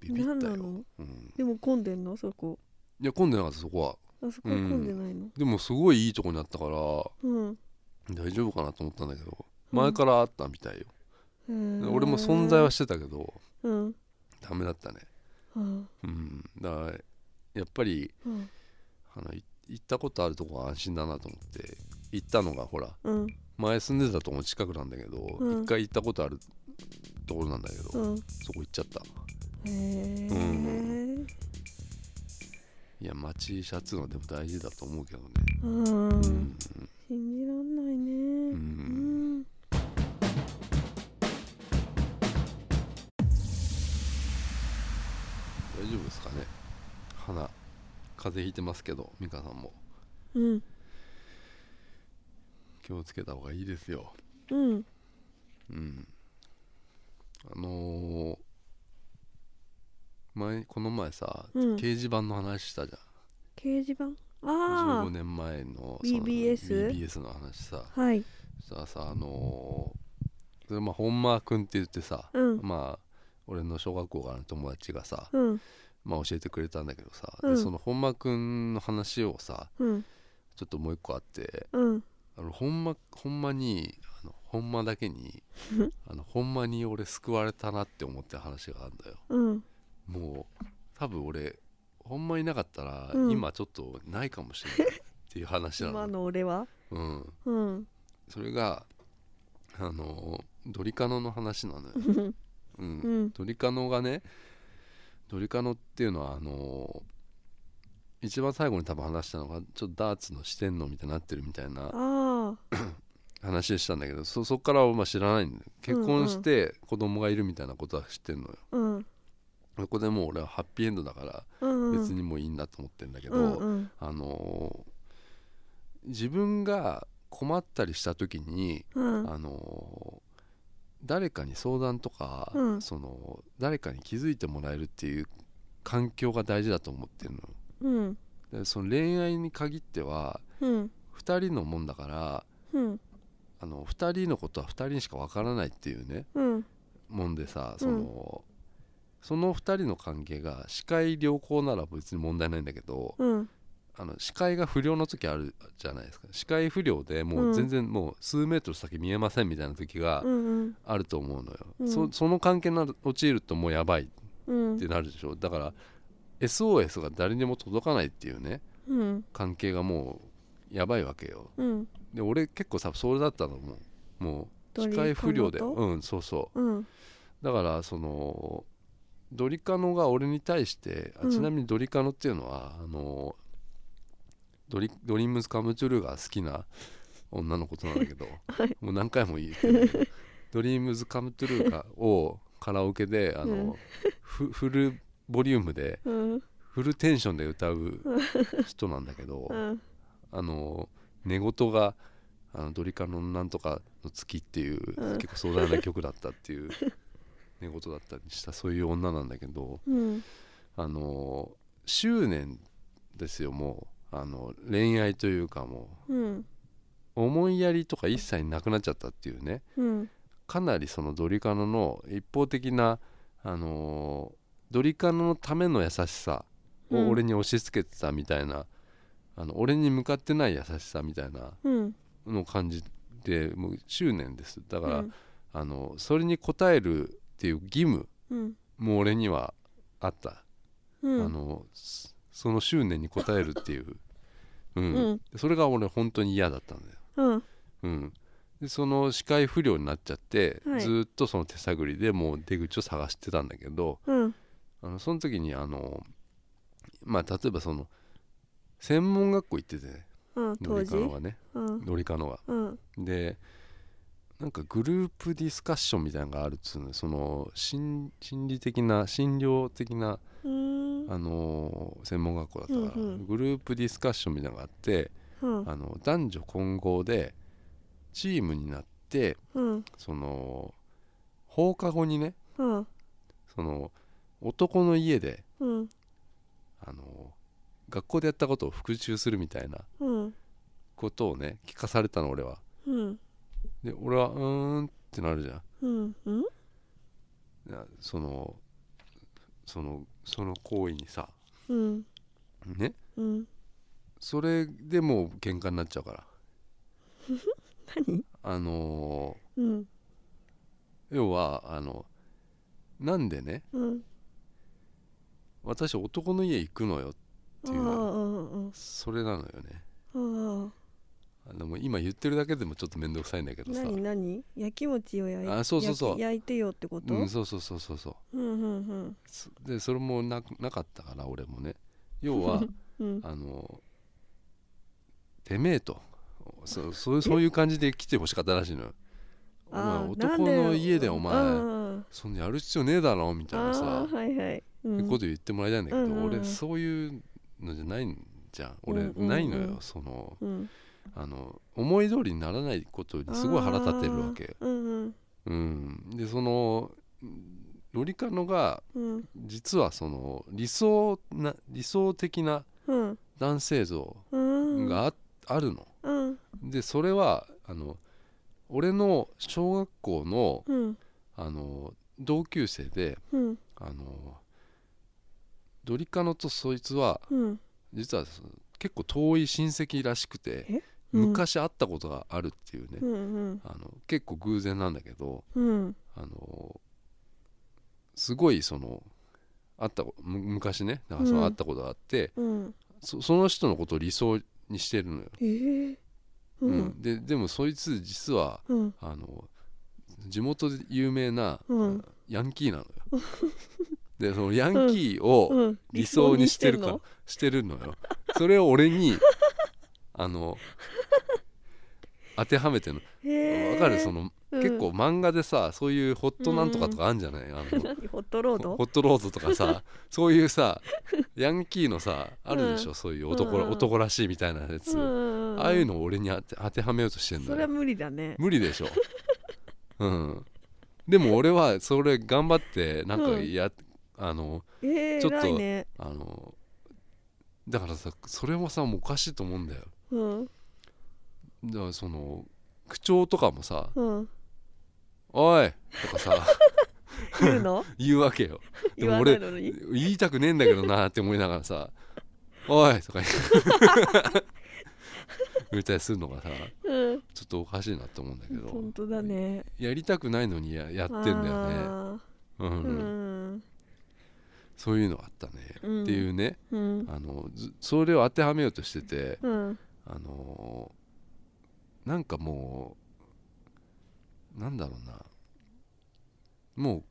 Speaker 2: ビビった
Speaker 1: 何
Speaker 2: よ
Speaker 1: な、の
Speaker 2: うん、
Speaker 1: でも混んでんのそこ
Speaker 2: いや混んでなかったそこは
Speaker 1: あそこは混んでないの
Speaker 2: でもすごいいいとこにあったから
Speaker 1: うん
Speaker 2: 大丈夫かなと思ったんだけど
Speaker 1: うん
Speaker 2: 前からあったみたいよ、
Speaker 1: へー
Speaker 2: 俺も存在はしてたけど
Speaker 1: うん
Speaker 2: ダメだったね
Speaker 1: うん
Speaker 2: うんだからやっぱり
Speaker 1: うん
Speaker 2: あのい行ったことあるとこは安心だなと思って行ったのがほら
Speaker 1: うん
Speaker 2: 前住んでたとこの近くなんだけど一、
Speaker 1: うん
Speaker 2: 回行ったことあるところなんだけど、
Speaker 1: うん
Speaker 2: そこ行っちゃった
Speaker 1: へえ
Speaker 2: いや待シャツのでも大事だと思うけどね
Speaker 1: うん
Speaker 2: うん
Speaker 1: 信じらんないね
Speaker 2: ん大丈夫ですかね鼻風邪ひいてますけど美香さんも
Speaker 1: うんうん
Speaker 2: 気をつけた方がいいですよ
Speaker 1: うん
Speaker 2: うんあのー前この前さ、
Speaker 1: うん
Speaker 2: 掲示板の話したじ
Speaker 1: 掲示板
Speaker 2: ゃん
Speaker 1: あ
Speaker 2: 15年前の
Speaker 1: BBS
Speaker 2: BBS の話さ
Speaker 1: あはい
Speaker 2: さあさあのーそれまあ本間君って言ってさ、
Speaker 1: うん
Speaker 2: まあ俺の小学校からの友達がさ、
Speaker 1: うん
Speaker 2: まあ、教えてくれたんだけどさ、
Speaker 1: うん
Speaker 2: でその本間君の話をさ
Speaker 1: うん
Speaker 2: ちょっともう一個あって
Speaker 1: うん
Speaker 2: あの本間本間にあの本間だけにあの本間に俺救われたなって思って話があるんだよ
Speaker 1: うん
Speaker 2: もう多分俺本間いなかったら、
Speaker 1: うん
Speaker 2: 今ちょっとないかもしれないっていう話な
Speaker 1: 今
Speaker 2: の、
Speaker 1: の俺は
Speaker 2: うん、
Speaker 1: うん
Speaker 2: それがあのドリカノの話なのよ、
Speaker 1: うん
Speaker 2: うん
Speaker 1: うん
Speaker 2: ドリカノがねドリカノっていうのはあの一番最後に多分話したのがちょっとダーツの四天王みたいになってるみたいな
Speaker 1: ああ
Speaker 2: 話したんだけどそそこからはまあ知らないんだよ結婚して子供がいるみたいなことは知ってんのよ、
Speaker 1: うん
Speaker 2: そこでもう俺はハッピーエンドだか
Speaker 1: う
Speaker 2: ら
Speaker 1: んうん
Speaker 2: 別にもういいんだと思ってんだけど、
Speaker 1: うんうん
Speaker 2: あのー自分が困ったりした時に、
Speaker 1: うん
Speaker 2: あのー誰かに相談とか、
Speaker 1: うん
Speaker 2: その誰かに気づいてもらえるっていう環境が大事だと思ってるのよ
Speaker 1: うん
Speaker 2: でその恋愛に限っては
Speaker 1: うん
Speaker 2: 2人のもんだから
Speaker 1: うん
Speaker 2: あの2人のことは2人にしかわからないっていうね
Speaker 1: うん
Speaker 2: もんでさその、その2人の関係が視界良好なら別に問題ないんだけど、
Speaker 1: うん
Speaker 2: あの視界が不良の時あるじゃないですか視界不良でもう全然もう数メートル先見えませんみたいな時が
Speaker 1: うん
Speaker 2: あると思うのよ、
Speaker 1: うん
Speaker 2: そその関係に陥るともうやばいっ
Speaker 1: うん
Speaker 2: てなるでしょだから SOS が誰にも届かないっていうね
Speaker 1: うん
Speaker 2: 関係がもうやばいわけよ
Speaker 1: うん
Speaker 2: で俺結構さそれだったのもうもう
Speaker 1: ド
Speaker 2: 視
Speaker 1: リカノと
Speaker 2: 界不良でうんそうそ
Speaker 1: うん
Speaker 2: うだからそのドリカノが俺に対して、あ
Speaker 1: うん
Speaker 2: ちなみにドリカノっていうのはあのドリドリームズカムトゥルーが好きな女のことなんだけど、
Speaker 1: はい
Speaker 2: もう何回も言ってるけど ドリームズカムトゥルーがをカラオケであの、
Speaker 1: うん
Speaker 2: フ フルボリュームで
Speaker 1: うん
Speaker 2: フルテンションで歌う人なんだけど、
Speaker 1: うん
Speaker 2: あの寝言があのドリカノのなんとかの月っていう、
Speaker 1: うん
Speaker 2: 結構壮大な曲だったっていう 寝言だったりしたそういう女なんだけど
Speaker 1: うん
Speaker 2: あの執念ですよもうあの恋愛というかも
Speaker 1: うん
Speaker 2: う思いやりとか一切なくなっちゃったっていうね
Speaker 1: うん
Speaker 2: かなりそのドリカノの一方的なあのドリカノのための優しさ
Speaker 1: う
Speaker 2: を
Speaker 1: ん
Speaker 2: 俺に押し付けてたみたいな、あの俺に向かってない優しさみたいな
Speaker 1: うん
Speaker 2: の感じでもう執念ですだから、
Speaker 1: うん
Speaker 2: あのそれに応えるっていう義務
Speaker 1: うん
Speaker 2: も俺にはあった、
Speaker 1: うん
Speaker 2: あのそその執念に応えるっていう、 うん
Speaker 1: うん
Speaker 2: それが俺本当に嫌だったんだよ、
Speaker 1: うん
Speaker 2: うん、でその視界不良になっちゃって、
Speaker 1: はい
Speaker 2: ずーっとその手探りでもう出口を探してたんだけど
Speaker 1: うん
Speaker 2: あのその時にあのまあ例えばその専門学校行っててね
Speaker 1: うん
Speaker 2: ド
Speaker 1: 当
Speaker 2: リ
Speaker 1: 時
Speaker 2: カノがね
Speaker 1: うん
Speaker 2: ドリカノが
Speaker 1: うん
Speaker 2: でなんかグループディスカッションみたいなのがあるっつうのその心心理的な心療的な、
Speaker 1: うん
Speaker 2: あのー専門学校だったから、
Speaker 1: うんうん
Speaker 2: グループディスカッションみたいなのがあって、
Speaker 1: うん
Speaker 2: あの男女混合でチームになって
Speaker 1: うん
Speaker 2: その放課後にね
Speaker 1: うん
Speaker 2: その男の家で、
Speaker 1: うん
Speaker 2: あのー学校でやったことを復習するみたいな
Speaker 1: うん
Speaker 2: ことをね聞かされたの俺は。
Speaker 1: うん
Speaker 2: で俺はうーんってなるじゃん。
Speaker 1: うんうん
Speaker 2: なそのそのその行為にさ
Speaker 1: うん
Speaker 2: ね
Speaker 1: うん
Speaker 2: それでもう喧嘩になっちゃうから
Speaker 1: 何
Speaker 2: あの
Speaker 1: うん
Speaker 2: ー要はあのなんでね
Speaker 1: うん
Speaker 2: 私男の家行くのよ
Speaker 1: あ
Speaker 2: ていう
Speaker 1: あ
Speaker 2: それなのよね
Speaker 1: ああ
Speaker 2: あのもう今言ってるだけでもちょっと面倒くさいんだけどさ
Speaker 1: 何何焼き餅を焼い
Speaker 2: あそうそうそう
Speaker 1: 焼き焼いてよってこと、
Speaker 2: うん、そうそうそうそうそう
Speaker 1: うんうんうん
Speaker 2: そでそれもななかったから俺もね要は
Speaker 1: うん
Speaker 2: あのてめえとそそうそういう感じで来てほしかったらしいのよお前
Speaker 1: あーなん
Speaker 2: 男
Speaker 1: で
Speaker 2: の家でお前
Speaker 1: あ
Speaker 2: そんなやる必要ねえだろみたいなさ
Speaker 1: あ、ーはいはい、うん
Speaker 2: こと言ってもらいたいんだけど、
Speaker 1: うんうんうん
Speaker 2: 俺そういうのじゃないんじゃん俺、
Speaker 1: うんうんうん
Speaker 2: ないのよその
Speaker 1: うん、
Speaker 2: あの思い通りにならないことにすごい腹立ってるわけ
Speaker 1: あーうん
Speaker 2: うんでそのうんロリカノが
Speaker 1: うん
Speaker 2: 実はその理想な理想的な
Speaker 1: うん
Speaker 2: 男性像
Speaker 1: うん
Speaker 2: があ,、あるの
Speaker 1: うん
Speaker 2: でそれはあの俺の小学校の
Speaker 1: うん
Speaker 2: あの同級生で
Speaker 1: うん
Speaker 2: あのドリカノとそいつは
Speaker 1: うん
Speaker 2: 実はその結構遠い親戚らしくて
Speaker 1: えうん
Speaker 2: 昔会ったことがあるっていうね、
Speaker 1: うんうん
Speaker 2: あの結構偶然なんだけど
Speaker 1: うん
Speaker 2: あのすごいその会ったこむ昔ねだからそ
Speaker 1: うん
Speaker 2: の会ったことがあって、
Speaker 1: うん
Speaker 2: そその人のことを理想にしてるのよ、
Speaker 1: えー、う
Speaker 2: うんんででもそいつ実は
Speaker 1: うん
Speaker 2: あの地元で有名な、
Speaker 1: うん
Speaker 2: ヤンキーなの よでそのヤンキーを、
Speaker 1: うん
Speaker 2: 理想にしてるから してるのよそれを俺にあの当てはめてるの
Speaker 1: へえ
Speaker 2: わかるその、
Speaker 1: うん
Speaker 2: 結構漫画でさそういうホットなんとかとかあるんじゃない、あの
Speaker 1: 何ホットロー
Speaker 2: ホ
Speaker 1: ド
Speaker 2: ホットロードと かさそういうさヤンキーのさあるでしょ、そういう男,、
Speaker 1: うんうん
Speaker 2: 男らしいみたいなやつ、
Speaker 1: うん
Speaker 2: ああいうのを俺に当て当てはめようとしてん
Speaker 1: そ
Speaker 2: だ
Speaker 1: れは
Speaker 2: よ
Speaker 1: 無理だね
Speaker 2: 無理でしょうんでも俺はそれ頑張ってなんか
Speaker 1: うん
Speaker 2: や、あの
Speaker 1: ええ
Speaker 2: ちょっ
Speaker 1: 偉
Speaker 2: と
Speaker 1: いね
Speaker 2: あのだからさそれもさもうおかしいと思うんだよ
Speaker 1: うん
Speaker 2: だからその口調とかもさ
Speaker 1: うん
Speaker 2: 「おい!」とかさ
Speaker 1: 言うの
Speaker 2: 言うわけよで
Speaker 1: 言わ
Speaker 2: も
Speaker 1: な
Speaker 2: 俺
Speaker 1: いのに
Speaker 2: 言いたくねえんだけどなって思いながらさ「おい!」とか言 うみたいするのがさ
Speaker 1: うん
Speaker 2: ちょっとおかしいなって思うんだけ
Speaker 1: 本当
Speaker 2: ど
Speaker 1: だね
Speaker 2: やりたくないのにややってんだよね、
Speaker 1: あ
Speaker 2: う
Speaker 1: ーう
Speaker 2: ん
Speaker 1: ん
Speaker 2: そういうのあったね、
Speaker 1: うん
Speaker 2: っていうね
Speaker 1: うん
Speaker 2: あのずそれを当てはめようとしてて
Speaker 1: うん
Speaker 2: あのーなんかもうなんだろうなも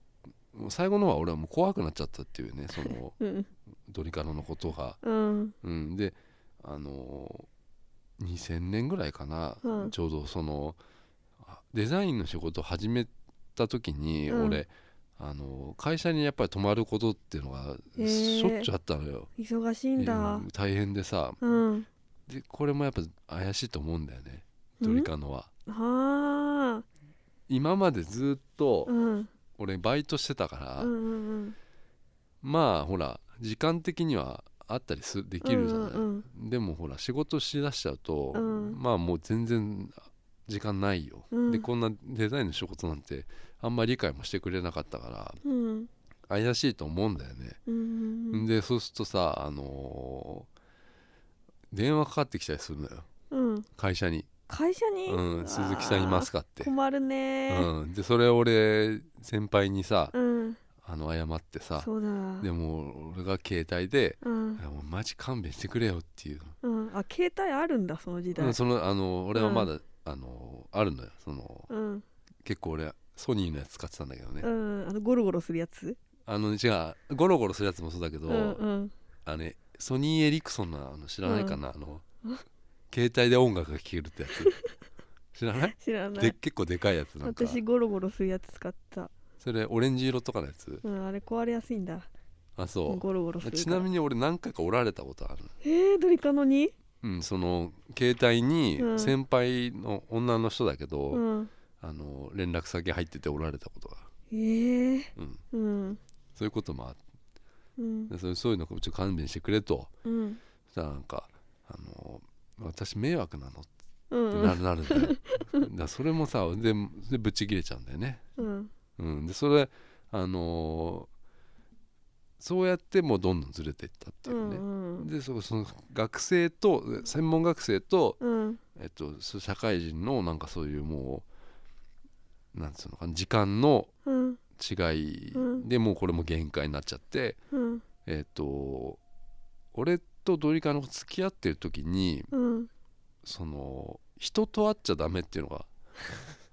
Speaker 2: うもう最後の方は俺はもう怖くなっちゃったっていうね その
Speaker 1: うん
Speaker 2: ドリカノのことが。
Speaker 1: うん
Speaker 2: うん、であのー2000年ぐらいかな、
Speaker 1: うん
Speaker 2: ちょうどそのあデザインの仕事を始めた時に
Speaker 1: うん
Speaker 2: 俺、あのー会社にやっぱり泊まることっていうのが
Speaker 1: へー
Speaker 2: しょっちゅうあったのよ、
Speaker 1: 忙しいんだ
Speaker 2: うん大変でさ
Speaker 1: うん
Speaker 2: でこれもやっぱ怪しいと思うんだよねドリカノは。
Speaker 1: はあ
Speaker 2: 今までずっと
Speaker 1: うん
Speaker 2: 俺バイトしてたから、
Speaker 1: うんうんうん
Speaker 2: まあほら時間的にはあったりすできるじゃない、
Speaker 1: うんうん
Speaker 2: でもほら仕事しだしちゃうと、
Speaker 1: うん
Speaker 2: まあもう全然時間ないよ、
Speaker 1: うん
Speaker 2: でこんなデザインの仕事なんてあんまり理解もしてくれなかったから
Speaker 1: うん
Speaker 2: 怪しいと思うんだよね、
Speaker 1: うんうん
Speaker 2: でそうするとさあのー電話かかってきたりするのよ
Speaker 1: うん
Speaker 2: 会社に
Speaker 1: 会社
Speaker 2: 「
Speaker 1: に
Speaker 2: うん、鈴木さんいます
Speaker 1: か
Speaker 2: か?」って、
Speaker 1: 困るね
Speaker 2: うん、でそれ俺先輩にさ
Speaker 1: うん
Speaker 2: あの謝ってさ
Speaker 1: そうだ
Speaker 2: でも俺が携帯で
Speaker 1: う
Speaker 2: 「い
Speaker 1: ん
Speaker 2: やもうマジ勘弁してくれよ」っていうの
Speaker 1: うんあ携帯あるんだその時
Speaker 2: う
Speaker 1: 代
Speaker 2: んそのあの俺はまだ、あのあるのよその
Speaker 1: うん
Speaker 2: 結構俺ソニーのやつ使ってたんだけどね、
Speaker 1: うんあのゴロゴロするやつ
Speaker 2: あの違うゴロゴロするやつもそうだけど、
Speaker 1: うんうん
Speaker 2: あれソニーエリクソンのあの知らないかな、あの携帯で音楽が聴けるってや つ知らない
Speaker 1: 知らな
Speaker 2: で
Speaker 1: い
Speaker 2: 結構でかいやつなんか
Speaker 1: 私ゴロゴロするやつ使った
Speaker 2: それオレンジ色とかのやつ
Speaker 1: うんあれ壊れやすいんだ
Speaker 2: あそ
Speaker 1: ゴロゴロする
Speaker 2: う
Speaker 1: から
Speaker 2: ちなみに俺何回かおられたことある
Speaker 1: えー、ドリカノに
Speaker 2: うんその携帯に
Speaker 1: うん
Speaker 2: 先輩の女の人だけど、
Speaker 1: うん
Speaker 2: あの連絡先入ってておられたことがあ
Speaker 1: えー、
Speaker 2: る、うん、
Speaker 1: うん
Speaker 2: そういうこともあって
Speaker 1: うん
Speaker 2: でそれそういうのちょっと勘弁してくれと
Speaker 1: うん
Speaker 2: そしたらなんか「あの私迷惑なの?」っ
Speaker 1: うん
Speaker 2: て
Speaker 1: う
Speaker 2: なる
Speaker 1: ん
Speaker 2: なるんだよだからそれもさででぶっち切れちゃうんだよね、
Speaker 1: うん
Speaker 2: うん、でそれあのそうやってもうどんどんずれていったって
Speaker 1: う
Speaker 2: い
Speaker 1: ん
Speaker 2: うね、
Speaker 1: うん
Speaker 2: でそその学生と専門学生と、
Speaker 1: うん
Speaker 2: えっと、そう社会人のなんかそういうもうなんつうのかな時間の
Speaker 1: うん
Speaker 2: 違い
Speaker 1: うん
Speaker 2: でもうこれも限界になっちゃって、
Speaker 1: うん
Speaker 2: えっ、と俺とドリカの付き合ってる時に
Speaker 1: うん
Speaker 2: その人と会っちゃダメっていうの が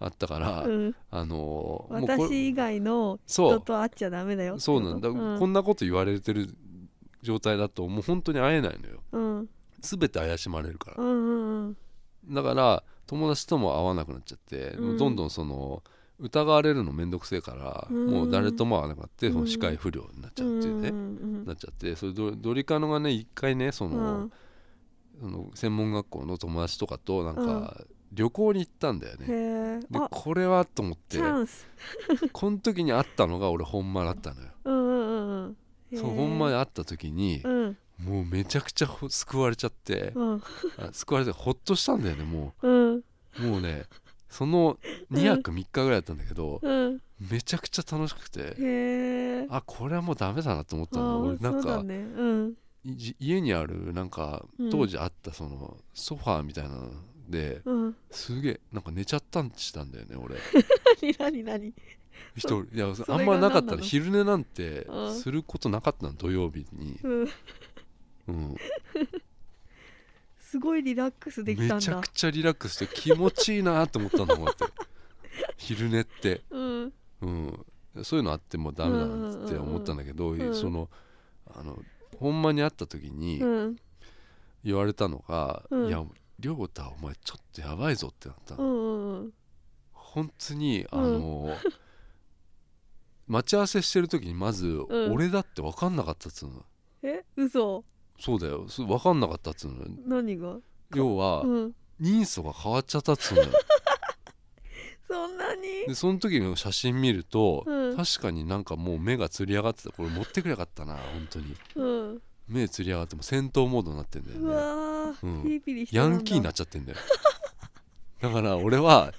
Speaker 2: あったから、
Speaker 1: うん
Speaker 2: あのもうこれ
Speaker 1: 私以外の
Speaker 2: そ
Speaker 1: 人
Speaker 2: う
Speaker 1: と会っちゃダメだよ
Speaker 2: そうなんだ、こんなこと言われてる状態だともう本当に会えないのよ
Speaker 1: うん
Speaker 2: 全て怪しまれるか
Speaker 1: う
Speaker 2: ら、
Speaker 1: んうん
Speaker 2: だから友達とも会わなくなっちゃって、
Speaker 1: うん
Speaker 2: もうどんどんその疑われるの面倒くせえから、
Speaker 1: うん
Speaker 2: もう誰とも会わなくなって、その視界
Speaker 1: うん
Speaker 2: 不良になっち
Speaker 1: う
Speaker 2: ゃうっていうんね、
Speaker 1: うん
Speaker 2: なっちゃってそれドドリカノがね一回ねそ
Speaker 1: うんう
Speaker 2: の、
Speaker 1: ん
Speaker 2: その専門学校の友達とかとなんか旅行に行ったんだよ
Speaker 1: へ
Speaker 2: ね、
Speaker 1: え
Speaker 2: で
Speaker 1: あ
Speaker 2: これはと思って
Speaker 1: チャンス
Speaker 2: この時に会ったのが俺本間だったのよ、
Speaker 1: うんうんうんうんへえ
Speaker 2: そう本間で会った時に
Speaker 1: う、ん
Speaker 2: もうめちゃくちゃほ救われちゃって、
Speaker 1: うん
Speaker 2: あ救われてほっとしたんだよねも
Speaker 1: うん
Speaker 2: うもうねその2泊3日ぐらいだったんだけど、
Speaker 1: うん
Speaker 2: めちゃくちゃ楽しくて、
Speaker 1: へえ
Speaker 2: あこれはもうダメだなと思ったの俺なん
Speaker 1: そうだ
Speaker 2: か、
Speaker 1: ねうん
Speaker 2: いじ家にあるなんか
Speaker 1: うん
Speaker 2: 当時あったそのソファーみたいなので、
Speaker 1: うん
Speaker 2: すげえなんか寝ちゃったんしたんだよね 俺
Speaker 1: 何何何
Speaker 2: 一人いや
Speaker 1: それが
Speaker 2: あんまなか
Speaker 1: 何
Speaker 2: った
Speaker 1: な
Speaker 2: ら
Speaker 1: の
Speaker 2: 昼寝なんて
Speaker 1: うん
Speaker 2: することなかったの土曜日に、
Speaker 1: うん
Speaker 2: うん、
Speaker 1: すごいリラックスできたん
Speaker 2: めちゃ
Speaker 1: だ
Speaker 2: くちゃリラックスして気持ちいいなと思ったのこうやって昼寝って、
Speaker 1: うん
Speaker 2: うん、そういうのあってもうダメだなって思ったんだけど、
Speaker 1: んうんうん
Speaker 2: そのあのほんまに会った時に
Speaker 1: うん
Speaker 2: 言われたのが、
Speaker 1: うん
Speaker 2: いや亮太お前ちょっとやばいぞってなった
Speaker 1: う
Speaker 2: の、
Speaker 1: んうんうん
Speaker 2: 本当にあの、 待ち合わせしてる時にまず、
Speaker 1: ん
Speaker 2: 俺だって分かんなかったっつうの
Speaker 1: え嘘
Speaker 2: そうだよそう分かんなかったっつうの
Speaker 1: 何が
Speaker 2: 要は、
Speaker 1: うん
Speaker 2: 人相が変わっちゃったっ つうのよ
Speaker 1: そんなに
Speaker 2: でその時の写真見ると、
Speaker 1: うん
Speaker 2: 確かになんかもう目がつり上がってたこれ持ってくれよかったな本当に
Speaker 1: うん
Speaker 2: 目つり上がってもう戦闘モードになってんだよ
Speaker 1: う
Speaker 2: ね
Speaker 1: わ
Speaker 2: う
Speaker 1: ー
Speaker 2: ん
Speaker 1: ピリピリして
Speaker 2: ヤンキーになっちゃっ てんだよだから俺は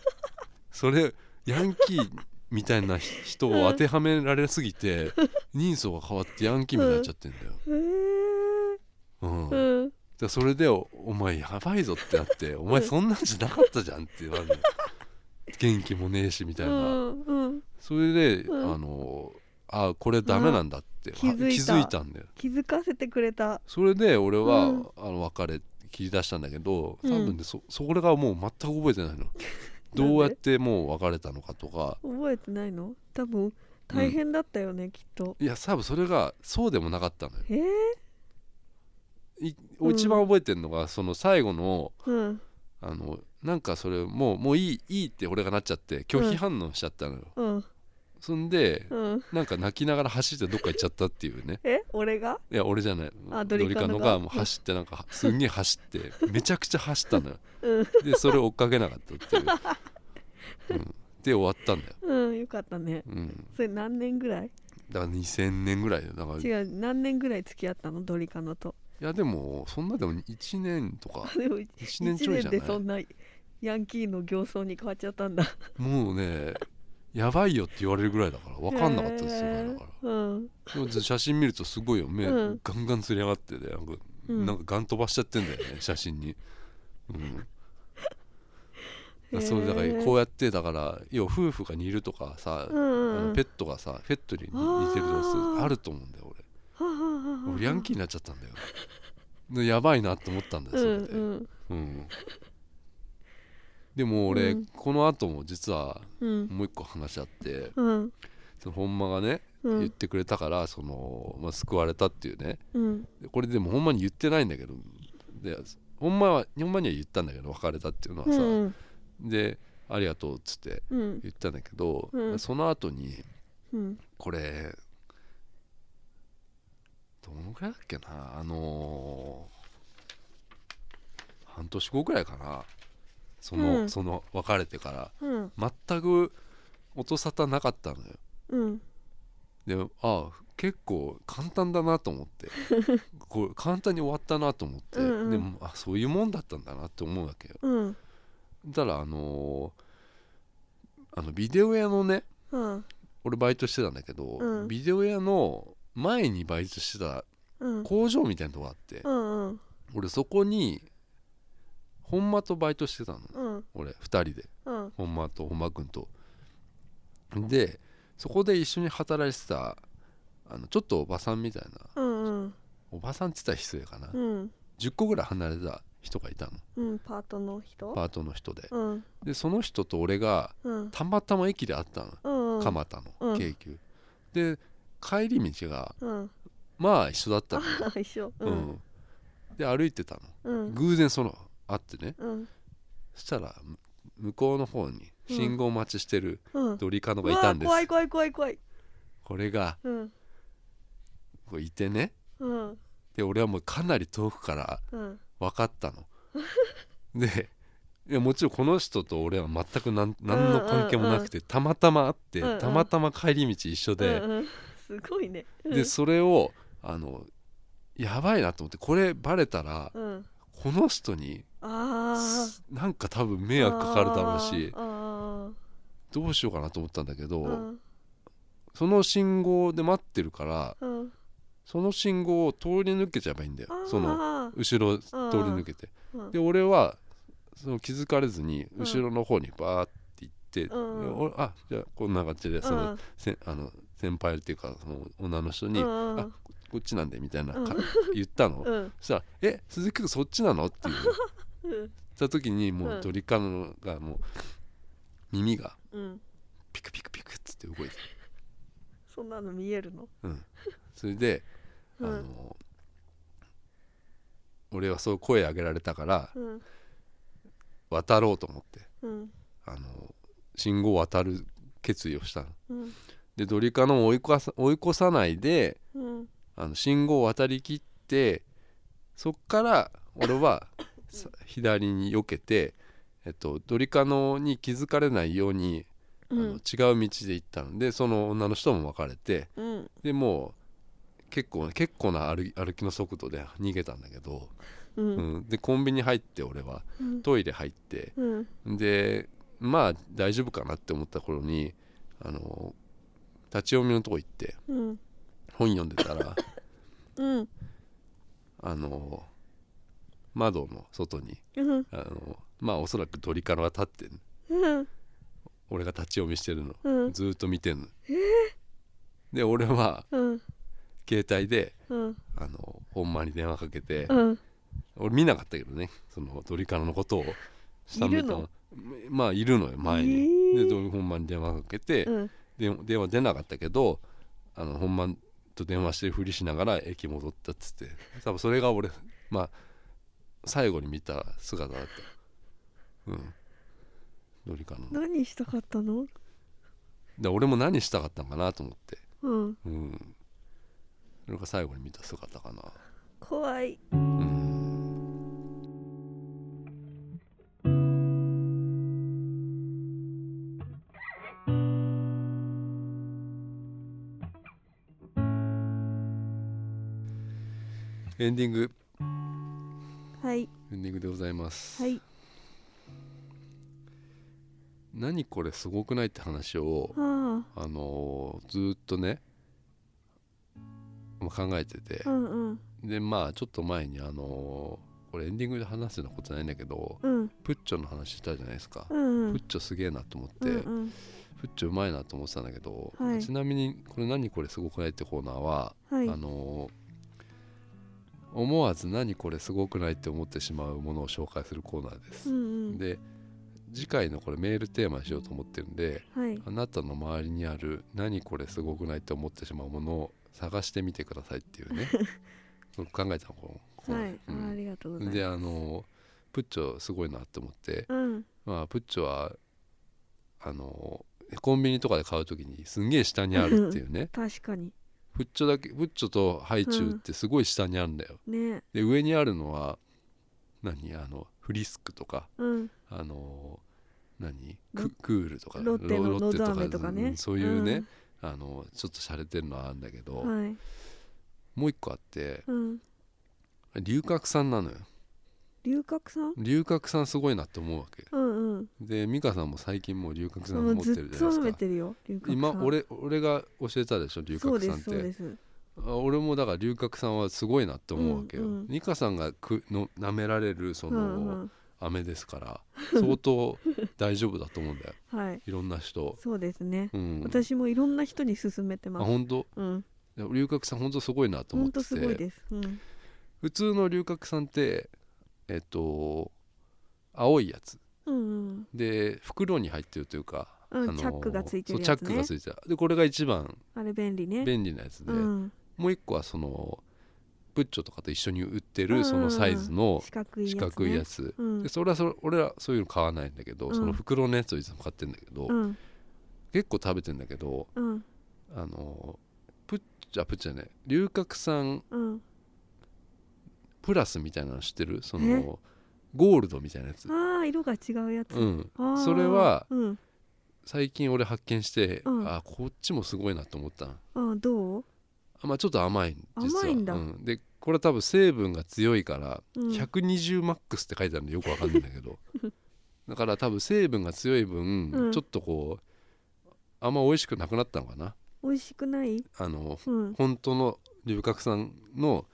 Speaker 2: それヤンキーみたいなひ人を当てはめられすぎ て人相が変わってヤンキーになっちゃってんだよ、
Speaker 1: へー
Speaker 2: うんだか
Speaker 1: うん
Speaker 2: らそれでお「お前やばいぞ」ってなって「お前そんなんじゃなかったじゃん」ってなるの元気もねえしみた
Speaker 1: う
Speaker 2: いな、
Speaker 1: んうん
Speaker 2: それで、
Speaker 1: うん
Speaker 2: あのあこれダメなんだって、
Speaker 1: 気づいた
Speaker 2: は気づいたんだよ
Speaker 1: 気づかせてくれた
Speaker 2: それで俺は、
Speaker 1: うん
Speaker 2: あの別れ切り出したんだけど多
Speaker 1: うん
Speaker 2: 分ね、そそれがもう全く覚えてな いのどうやってもう別れたのかとか
Speaker 1: 覚えてないの多分大変だったよね、きっと
Speaker 2: いや多分それがそうでもなかったのよ
Speaker 1: えー、
Speaker 2: い
Speaker 1: うん
Speaker 2: 一番覚えてるのが、その最後の
Speaker 1: うん
Speaker 2: あのなんかそれもうもういいいいって俺がなっちゃって拒否反応しちゃったのよ、
Speaker 1: うん
Speaker 2: そんで
Speaker 1: うん
Speaker 2: なんか泣きながら走ってどっか行っちゃったっていうね
Speaker 1: え俺が
Speaker 2: いや俺じゃない
Speaker 1: あド
Speaker 2: ドリ
Speaker 1: リ
Speaker 2: カ
Speaker 1: カ
Speaker 2: ノ
Speaker 1: ノが
Speaker 2: がもう走ってなんかすんげえ走ってめちゃくちゃ走ったのよ
Speaker 1: うん
Speaker 2: でそれを追っかけなかったっていう、うん、で終わったんだよ、
Speaker 1: うんよかったね
Speaker 2: うん、
Speaker 1: それ何年ぐらい
Speaker 2: だから2000年ぐらいだよだからい
Speaker 1: 違う何年ぐらい付き合ったのドリカノと
Speaker 2: やでもそんなでも1年とか
Speaker 1: でも1
Speaker 2: 1年ちょい
Speaker 1: 年
Speaker 2: じゃない
Speaker 1: でそんなヤンキーの形相に変わっちゃったんだ
Speaker 2: もうねやばいよって言われるぐらいだから分かんなかったですよ
Speaker 1: へ
Speaker 2: ね
Speaker 1: ー
Speaker 2: だか
Speaker 1: うん
Speaker 2: らでも写真見るとすごいよ目、
Speaker 1: うん
Speaker 2: ガンガンつり上がっててなんか、
Speaker 1: うん
Speaker 2: なんかガン飛ばしちゃってんだよね写真に、うん、
Speaker 1: へー
Speaker 2: そうだからこうやってだから要は夫婦が似るとかさ、
Speaker 1: うんうん
Speaker 2: あ
Speaker 1: う
Speaker 2: の
Speaker 1: ん
Speaker 2: ペットがさペットに似てるとかそう
Speaker 1: あー
Speaker 2: あると思うんだよ
Speaker 1: はあはあはあ
Speaker 2: 俺俺ヤンキーになっちゃったんだよでやばいなと思ったんだよそれで、
Speaker 1: うんうん
Speaker 2: うんでも俺、
Speaker 1: うん
Speaker 2: この後も実は
Speaker 1: うん
Speaker 2: もう一個話あって
Speaker 1: うん
Speaker 2: そのほんまがね、
Speaker 1: うん
Speaker 2: 言ってくれたからその、まあ、救われたっていうね
Speaker 1: うん
Speaker 2: でこれでもほんまに言ってないんだけどでほんまはほんまには言ったんだけど別れたっていうのはさ、
Speaker 1: うん
Speaker 2: でありがとうっつって
Speaker 1: うん
Speaker 2: 言ったんだけど、
Speaker 1: うん
Speaker 2: その後に
Speaker 1: うん
Speaker 2: これどのくらいだっけなあのー半年後くらいかなその,、
Speaker 1: うん
Speaker 2: その別れてか
Speaker 1: うん
Speaker 2: ら全く音沙汰なかったのよ
Speaker 1: うん
Speaker 2: であ結構簡単だなと思って これ簡単に終わったなと思って
Speaker 1: うんうん
Speaker 2: でもあそういうもんだったんだなって思うわけよ
Speaker 1: うん
Speaker 2: だからあのーあのビデオ屋のね
Speaker 1: うん
Speaker 2: 俺バイトしてたんだけど、
Speaker 1: うん
Speaker 2: ビデオ屋の前にバイトしてた
Speaker 1: うん
Speaker 2: 工場みたいなとこがあって、
Speaker 1: うん
Speaker 2: 俺そこに本間とバイトしてたの
Speaker 1: うん
Speaker 2: 俺2人で
Speaker 1: うん
Speaker 2: 本間と本間君とでそこで一緒に働いてたあのちょっとおばさんみたいな
Speaker 1: うん
Speaker 2: おばさんって言ったら失礼かな、
Speaker 1: うん
Speaker 2: 10個ぐらい離れた人がいたの
Speaker 1: うんパートの人
Speaker 2: パートの人で
Speaker 1: うん
Speaker 2: でその人と俺が
Speaker 1: うん
Speaker 2: たまたま駅で会った
Speaker 1: うん
Speaker 2: の蒲田
Speaker 1: う
Speaker 2: の
Speaker 1: ん
Speaker 2: 京急、で帰り道が
Speaker 1: うん
Speaker 2: まあ一緒だったの
Speaker 1: あ一緒う
Speaker 2: うんん、で歩いてたの、
Speaker 1: うん
Speaker 2: 偶然その会ってね
Speaker 1: うん
Speaker 2: そしたらむ向こうの方に信号待ちしてる
Speaker 1: うん
Speaker 2: ドリカノがいたんです、
Speaker 1: うわ怖い怖い怖い怖い
Speaker 2: これが
Speaker 1: うん
Speaker 2: こういてね
Speaker 1: うん
Speaker 2: で俺はもうかなり遠くから
Speaker 1: うん
Speaker 2: 分 かったのでいやもちろんこの人と俺は全くなん何の関係もなくて、たまたま会って、
Speaker 1: うんうん
Speaker 2: たまたま帰り道一緒で、
Speaker 1: うんうんすごいねうん
Speaker 2: でそれをあのやばいなと思ってこれバレたら
Speaker 1: うん
Speaker 2: この人に
Speaker 1: ああ
Speaker 2: なんか多分迷惑かかるだろうし
Speaker 1: あー
Speaker 2: どうしようかなと思ったんだけど、
Speaker 1: あーうん
Speaker 2: その信号で待ってるから
Speaker 1: うん
Speaker 2: その信号を通り抜けちゃえばいいんだよ
Speaker 1: あー
Speaker 2: その後ろ通り抜けて
Speaker 1: うん
Speaker 2: で俺はその気づかれずに
Speaker 1: うん
Speaker 2: 後ろの方にバーって行って、
Speaker 1: うん
Speaker 2: で俺あじゃあこんな感じでその、
Speaker 1: うん
Speaker 2: せんあの先輩っていうかその女の人
Speaker 1: う
Speaker 2: に、
Speaker 1: ん
Speaker 2: あこっちなんでみたいなか、
Speaker 1: うん
Speaker 2: 言った
Speaker 1: う
Speaker 2: の、
Speaker 1: ん
Speaker 2: そしたら「え鈴木君そっちなの?」って言っ
Speaker 1: うん
Speaker 2: た時にも
Speaker 1: う
Speaker 2: うんドリカムがもう耳が
Speaker 1: うん
Speaker 2: ピクピクピクっつって動いてる
Speaker 1: そんなの見えるの
Speaker 2: それで、
Speaker 1: うん
Speaker 2: あの俺はそう声上げられたから
Speaker 1: うん
Speaker 2: 渡ろうと思って
Speaker 1: うん
Speaker 2: あの信号を渡る決意をしたの
Speaker 1: うん
Speaker 2: でドリカノを追い越さ追い越さないで
Speaker 1: うん
Speaker 2: あの信号を渡りきってそっから俺はさ左に避けて、えっと、ドリカノに気づかれないように、
Speaker 1: う
Speaker 2: あの
Speaker 1: ん
Speaker 2: 違う道で行ったのでその女の人も別れて
Speaker 1: うん
Speaker 2: でもう結構結構な歩歩きの速度で逃げたんだけど、
Speaker 1: う
Speaker 2: うんん、でコンビニ入って俺は
Speaker 1: うん
Speaker 2: トイレ入って
Speaker 1: うん
Speaker 2: でまあ大丈夫かなって思った頃にあの立ち読みのとこ行って
Speaker 1: うん
Speaker 2: 本読んでたら
Speaker 1: うん
Speaker 2: あの窓の外に
Speaker 1: うん
Speaker 2: あのまあおそらく鳥から立ってんの
Speaker 1: うん
Speaker 2: 俺が立ち読みしてるの
Speaker 1: うん
Speaker 2: ずーっと見てんの、で俺は
Speaker 1: うん
Speaker 2: 携帯で
Speaker 1: うん
Speaker 2: あの本間に電話かけて、
Speaker 1: うん
Speaker 2: 俺見なかったけどねその鳥からのことを下見たまあいるのよ前に、
Speaker 1: えー
Speaker 2: でど本間に電話かけて、
Speaker 1: うん
Speaker 2: で電話出なかったけどあの本番と電話してるふりしながら駅戻ったっつって多分それが俺まあ最後に見た姿だったうんどれかな
Speaker 1: 何したかったの
Speaker 2: で俺も何したかったのかなと思って
Speaker 1: うん
Speaker 2: うんそれが最後に見た姿かな
Speaker 1: 怖い
Speaker 2: うんエンディング
Speaker 1: はい
Speaker 2: エンディングでございます、
Speaker 1: はい
Speaker 2: 何これすごくないって話を
Speaker 1: あ
Speaker 2: あのーずーっとねまあ考えてて
Speaker 1: あうんうん
Speaker 2: でまあちょっと前にあのーこれエンディングで話すようなことないんだけど
Speaker 1: うん
Speaker 2: プッチョの話したじゃないですか
Speaker 1: う、んうん
Speaker 2: プッチョすげえなと思って、
Speaker 1: うんうん
Speaker 2: プッチョうまいなと思ってたんだけど、
Speaker 1: はい
Speaker 2: ちなみにこれ「何これすごくない?」ってコーナーは、
Speaker 1: はい
Speaker 2: あのー思わず「何これすごくない?」って思ってしまうものを紹介するコーナーで
Speaker 1: う
Speaker 2: す、
Speaker 1: んうん
Speaker 2: で次回のこれメールテーマにしようと思ってるんで
Speaker 1: はい
Speaker 2: あなたの周りにある「何これすごくない?」って思ってしまうものを探してみてくださいっていう ねそう考えたのこのコーナ
Speaker 1: は
Speaker 2: ー
Speaker 1: い、
Speaker 2: うん
Speaker 1: ありがとうございます
Speaker 2: であのプッチョすごいなって思って、
Speaker 1: うん
Speaker 2: まあ、プッチョはあのコンビニとかで買う時にすんげえ下にあるっていうね
Speaker 1: 確かに
Speaker 2: プッチョだけプッチョとハイチュウってすごい下にあるんだよ、
Speaker 1: ね
Speaker 2: で上にあるのは何あのフリスクとか
Speaker 1: うん
Speaker 2: あの何
Speaker 1: ロ
Speaker 2: ククールとか
Speaker 1: ロッテの
Speaker 2: ロ
Speaker 1: のど飴とかね
Speaker 2: うんそういうね、あのちょっと洒落てるのあるんだけど、
Speaker 1: うんはい
Speaker 2: もう一個あって
Speaker 1: うん
Speaker 2: 龍角散なのよ
Speaker 1: 龍角散
Speaker 2: 龍角散すごいなって思うわけ
Speaker 1: うんうん
Speaker 2: で美香さんも最近もう龍角散
Speaker 1: も
Speaker 2: 持
Speaker 1: う
Speaker 2: って
Speaker 1: ず
Speaker 2: る
Speaker 1: っ
Speaker 2: じゃ
Speaker 1: と
Speaker 2: ない
Speaker 1: 舐
Speaker 2: で
Speaker 1: め
Speaker 2: すか
Speaker 1: てるよ龍角散
Speaker 2: 今俺俺が教えたでしょ龍角散っ
Speaker 1: そうで
Speaker 2: て
Speaker 1: すそうです
Speaker 2: あ俺もだから龍角散はすごいなって思うわけよ、
Speaker 1: うんうん
Speaker 2: 美香さんがくの舐められるそうの、
Speaker 1: んうん
Speaker 2: 飴ですから相当大丈夫だと思う んだよ
Speaker 1: はい
Speaker 2: いろんな人、
Speaker 1: そうですね
Speaker 2: うん、
Speaker 1: 私もいろんな人に勧めて
Speaker 2: あ
Speaker 1: ます
Speaker 2: 本当
Speaker 1: うん
Speaker 2: 龍角散本当すごいなと
Speaker 1: ほ
Speaker 2: 思っ
Speaker 1: んと
Speaker 2: てて
Speaker 1: すごいですうん
Speaker 2: 普通の龍角散ってえっと青いやつ
Speaker 1: うん
Speaker 2: で袋に入ってるというか、
Speaker 1: うんうんチャックがついてるやつ
Speaker 2: そ
Speaker 1: ね
Speaker 2: うチャックがついてるでこれが一番
Speaker 1: あれ便利ね
Speaker 2: 便利なやつで、
Speaker 1: うん
Speaker 2: もう一個はそのブッチョとかと一緒に売って
Speaker 1: うんう
Speaker 2: る
Speaker 1: んうん
Speaker 2: そのサイズの
Speaker 1: 四角いやつ
Speaker 2: 四
Speaker 1: ね
Speaker 2: 角いやつ、
Speaker 1: うん
Speaker 2: でそれはそれ俺らそういうの買わないんだけど、
Speaker 1: うん
Speaker 2: その袋のやつをいつも買ってんだけど、
Speaker 1: うん
Speaker 2: 結構食べてんだけど
Speaker 1: うん
Speaker 2: あのプッチャプッチャね龍角散
Speaker 1: うん
Speaker 2: プラスみたいなの知ってるそ
Speaker 1: え
Speaker 2: のゴールドみたいなやつ、
Speaker 1: ああ色が違うやつ
Speaker 2: うん、
Speaker 1: あー
Speaker 2: それは
Speaker 1: うん
Speaker 2: 最近俺発見して、
Speaker 1: うん
Speaker 2: あこっちもすごいなと思ったの
Speaker 1: あどう
Speaker 2: あまあちょっと甘い実は
Speaker 1: 甘いんだ
Speaker 2: うん、でこれは多分成分が強いから、
Speaker 1: うん
Speaker 2: 120マックスって書いてあるのよくわかんないんだ けどだから多分成分が強い分、
Speaker 1: うん
Speaker 2: ちょっとこうあんま美味しくなくなったのかな
Speaker 1: 美味しくない
Speaker 2: あの
Speaker 1: うん
Speaker 2: 本当の龍角散の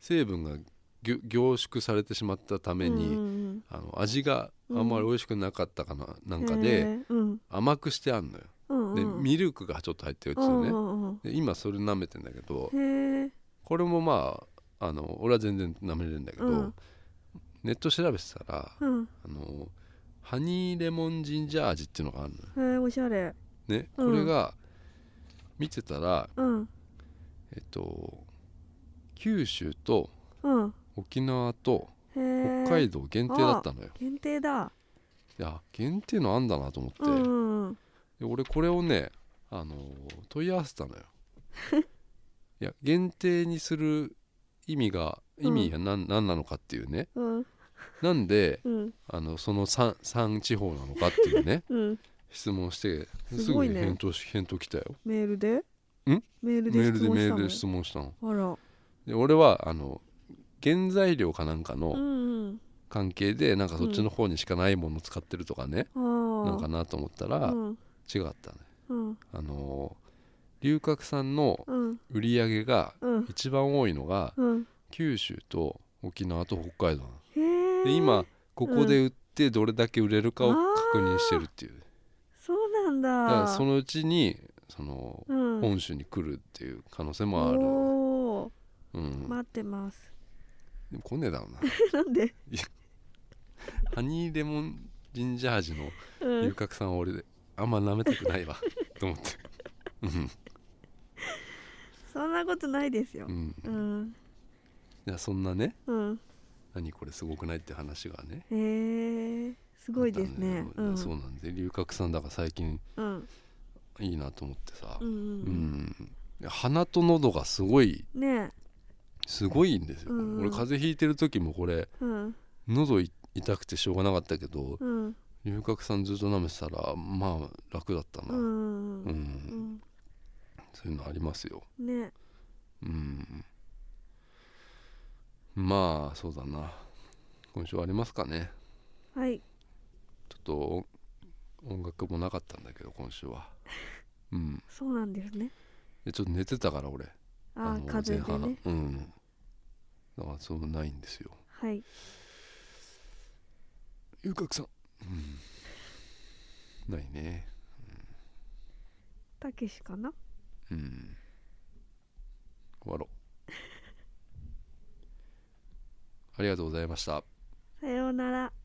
Speaker 2: 成分がぎゅ凝縮されてしまったために、
Speaker 1: うんうん
Speaker 2: あの味があんまり美味しくなかったかな、なんか
Speaker 1: へ
Speaker 2: で
Speaker 1: ーうん
Speaker 2: 甘くしてあんのよ、
Speaker 1: うんうん
Speaker 2: でミルクがちょっと入ってるやつよね、
Speaker 1: うんうん
Speaker 2: で今それ舐めてんだけど、
Speaker 1: うんへえ
Speaker 2: これもまああの俺は全然舐めれるんだけど、
Speaker 1: うん
Speaker 2: ネット調べてたら、
Speaker 1: うん
Speaker 2: あのハニーレモンジンジャー味っていうのがあるのよ
Speaker 1: へえおしゃれ
Speaker 2: ね、
Speaker 1: うん
Speaker 2: これが見てたら
Speaker 1: うん
Speaker 2: えっと九州と
Speaker 1: うん
Speaker 2: 沖縄と
Speaker 1: へえ
Speaker 2: 北海道限定だったのよ、
Speaker 1: 限定だ
Speaker 2: いや限定のあんだなと思って、
Speaker 1: うんうん
Speaker 2: で俺これをね、あのー問い合わせ たのよいや限定にする意味が意味が何,、ん、何なのかっていうね
Speaker 1: うん
Speaker 2: なんで
Speaker 1: うん
Speaker 2: あのその 3, 三地方なのかってい うね
Speaker 1: うん
Speaker 2: 質問してす
Speaker 1: す
Speaker 2: ぐ
Speaker 1: ごい
Speaker 2: に
Speaker 1: ね
Speaker 2: 返答し、返答来たよ
Speaker 1: メールで
Speaker 2: ん
Speaker 1: メールで
Speaker 2: メール
Speaker 1: 質
Speaker 2: で
Speaker 1: 問
Speaker 2: メ
Speaker 1: した
Speaker 2: ール
Speaker 1: の
Speaker 2: で質問したの
Speaker 1: あら
Speaker 2: で俺はあの原材料かなんか
Speaker 1: う
Speaker 2: の
Speaker 1: ん
Speaker 2: 関係でなんかそっちの方にしかないものを使ってるとかね、
Speaker 1: うん
Speaker 2: な
Speaker 1: ああ
Speaker 2: んかなと思ったら
Speaker 1: うん
Speaker 2: 違ったね
Speaker 1: うん
Speaker 2: あのー龍角散の
Speaker 1: うん
Speaker 2: 売り上げが
Speaker 1: うん
Speaker 2: 一番多いのが
Speaker 1: うん
Speaker 2: 九州と沖縄と北海道なの
Speaker 1: へえ
Speaker 2: で今ここで売ってどれだけ売れるかを
Speaker 1: あー
Speaker 2: 確認してるっていう
Speaker 1: そうなん
Speaker 2: だ
Speaker 1: だ
Speaker 2: からそのうちにその
Speaker 1: うん
Speaker 2: 本州に来るっていう可能性もある、
Speaker 1: おお
Speaker 2: うん
Speaker 1: 待ってます
Speaker 2: でも来ねえだろうな
Speaker 1: なんで
Speaker 2: ハニーレモンジンジャージの
Speaker 1: う
Speaker 2: 龍
Speaker 1: ん
Speaker 2: 角散は俺であんま舐めたくな いわと思ってうん
Speaker 1: そんなことないですよ
Speaker 2: うん
Speaker 1: うん
Speaker 2: いやそんなね
Speaker 1: うん
Speaker 2: 何これすごくないって話がね
Speaker 1: へえす
Speaker 2: す
Speaker 1: ごいですねうん
Speaker 2: そうなんで龍角散だから最近
Speaker 1: うん
Speaker 2: いいなと思ってさ
Speaker 1: う
Speaker 2: うん
Speaker 1: うん
Speaker 2: ん鼻と喉がすごい
Speaker 1: ね
Speaker 2: すごいんですよ、
Speaker 1: うんうん
Speaker 2: 俺風邪ひいてる時もこれ
Speaker 1: うん
Speaker 2: 喉い痛くてしょうがなかったけど
Speaker 1: うん
Speaker 2: 龍角散ずっと舐めてたらまあ楽だったな、
Speaker 1: う
Speaker 2: うん
Speaker 1: んうんうん
Speaker 2: そういうのありますよ
Speaker 1: ね
Speaker 2: うんまあそうだな今週はありますかね
Speaker 1: はい
Speaker 2: ちょっと音楽もなかったんだけど今週はうん
Speaker 1: そうなんですね
Speaker 2: でちょっと寝てたから俺
Speaker 1: あ
Speaker 2: の
Speaker 1: ー風邪でね
Speaker 2: うんだからそうないんですよ
Speaker 1: はい
Speaker 2: 遊郭さん、うん、ないね
Speaker 1: たけしかな
Speaker 2: うん終わろうありがとうございました
Speaker 1: さようなら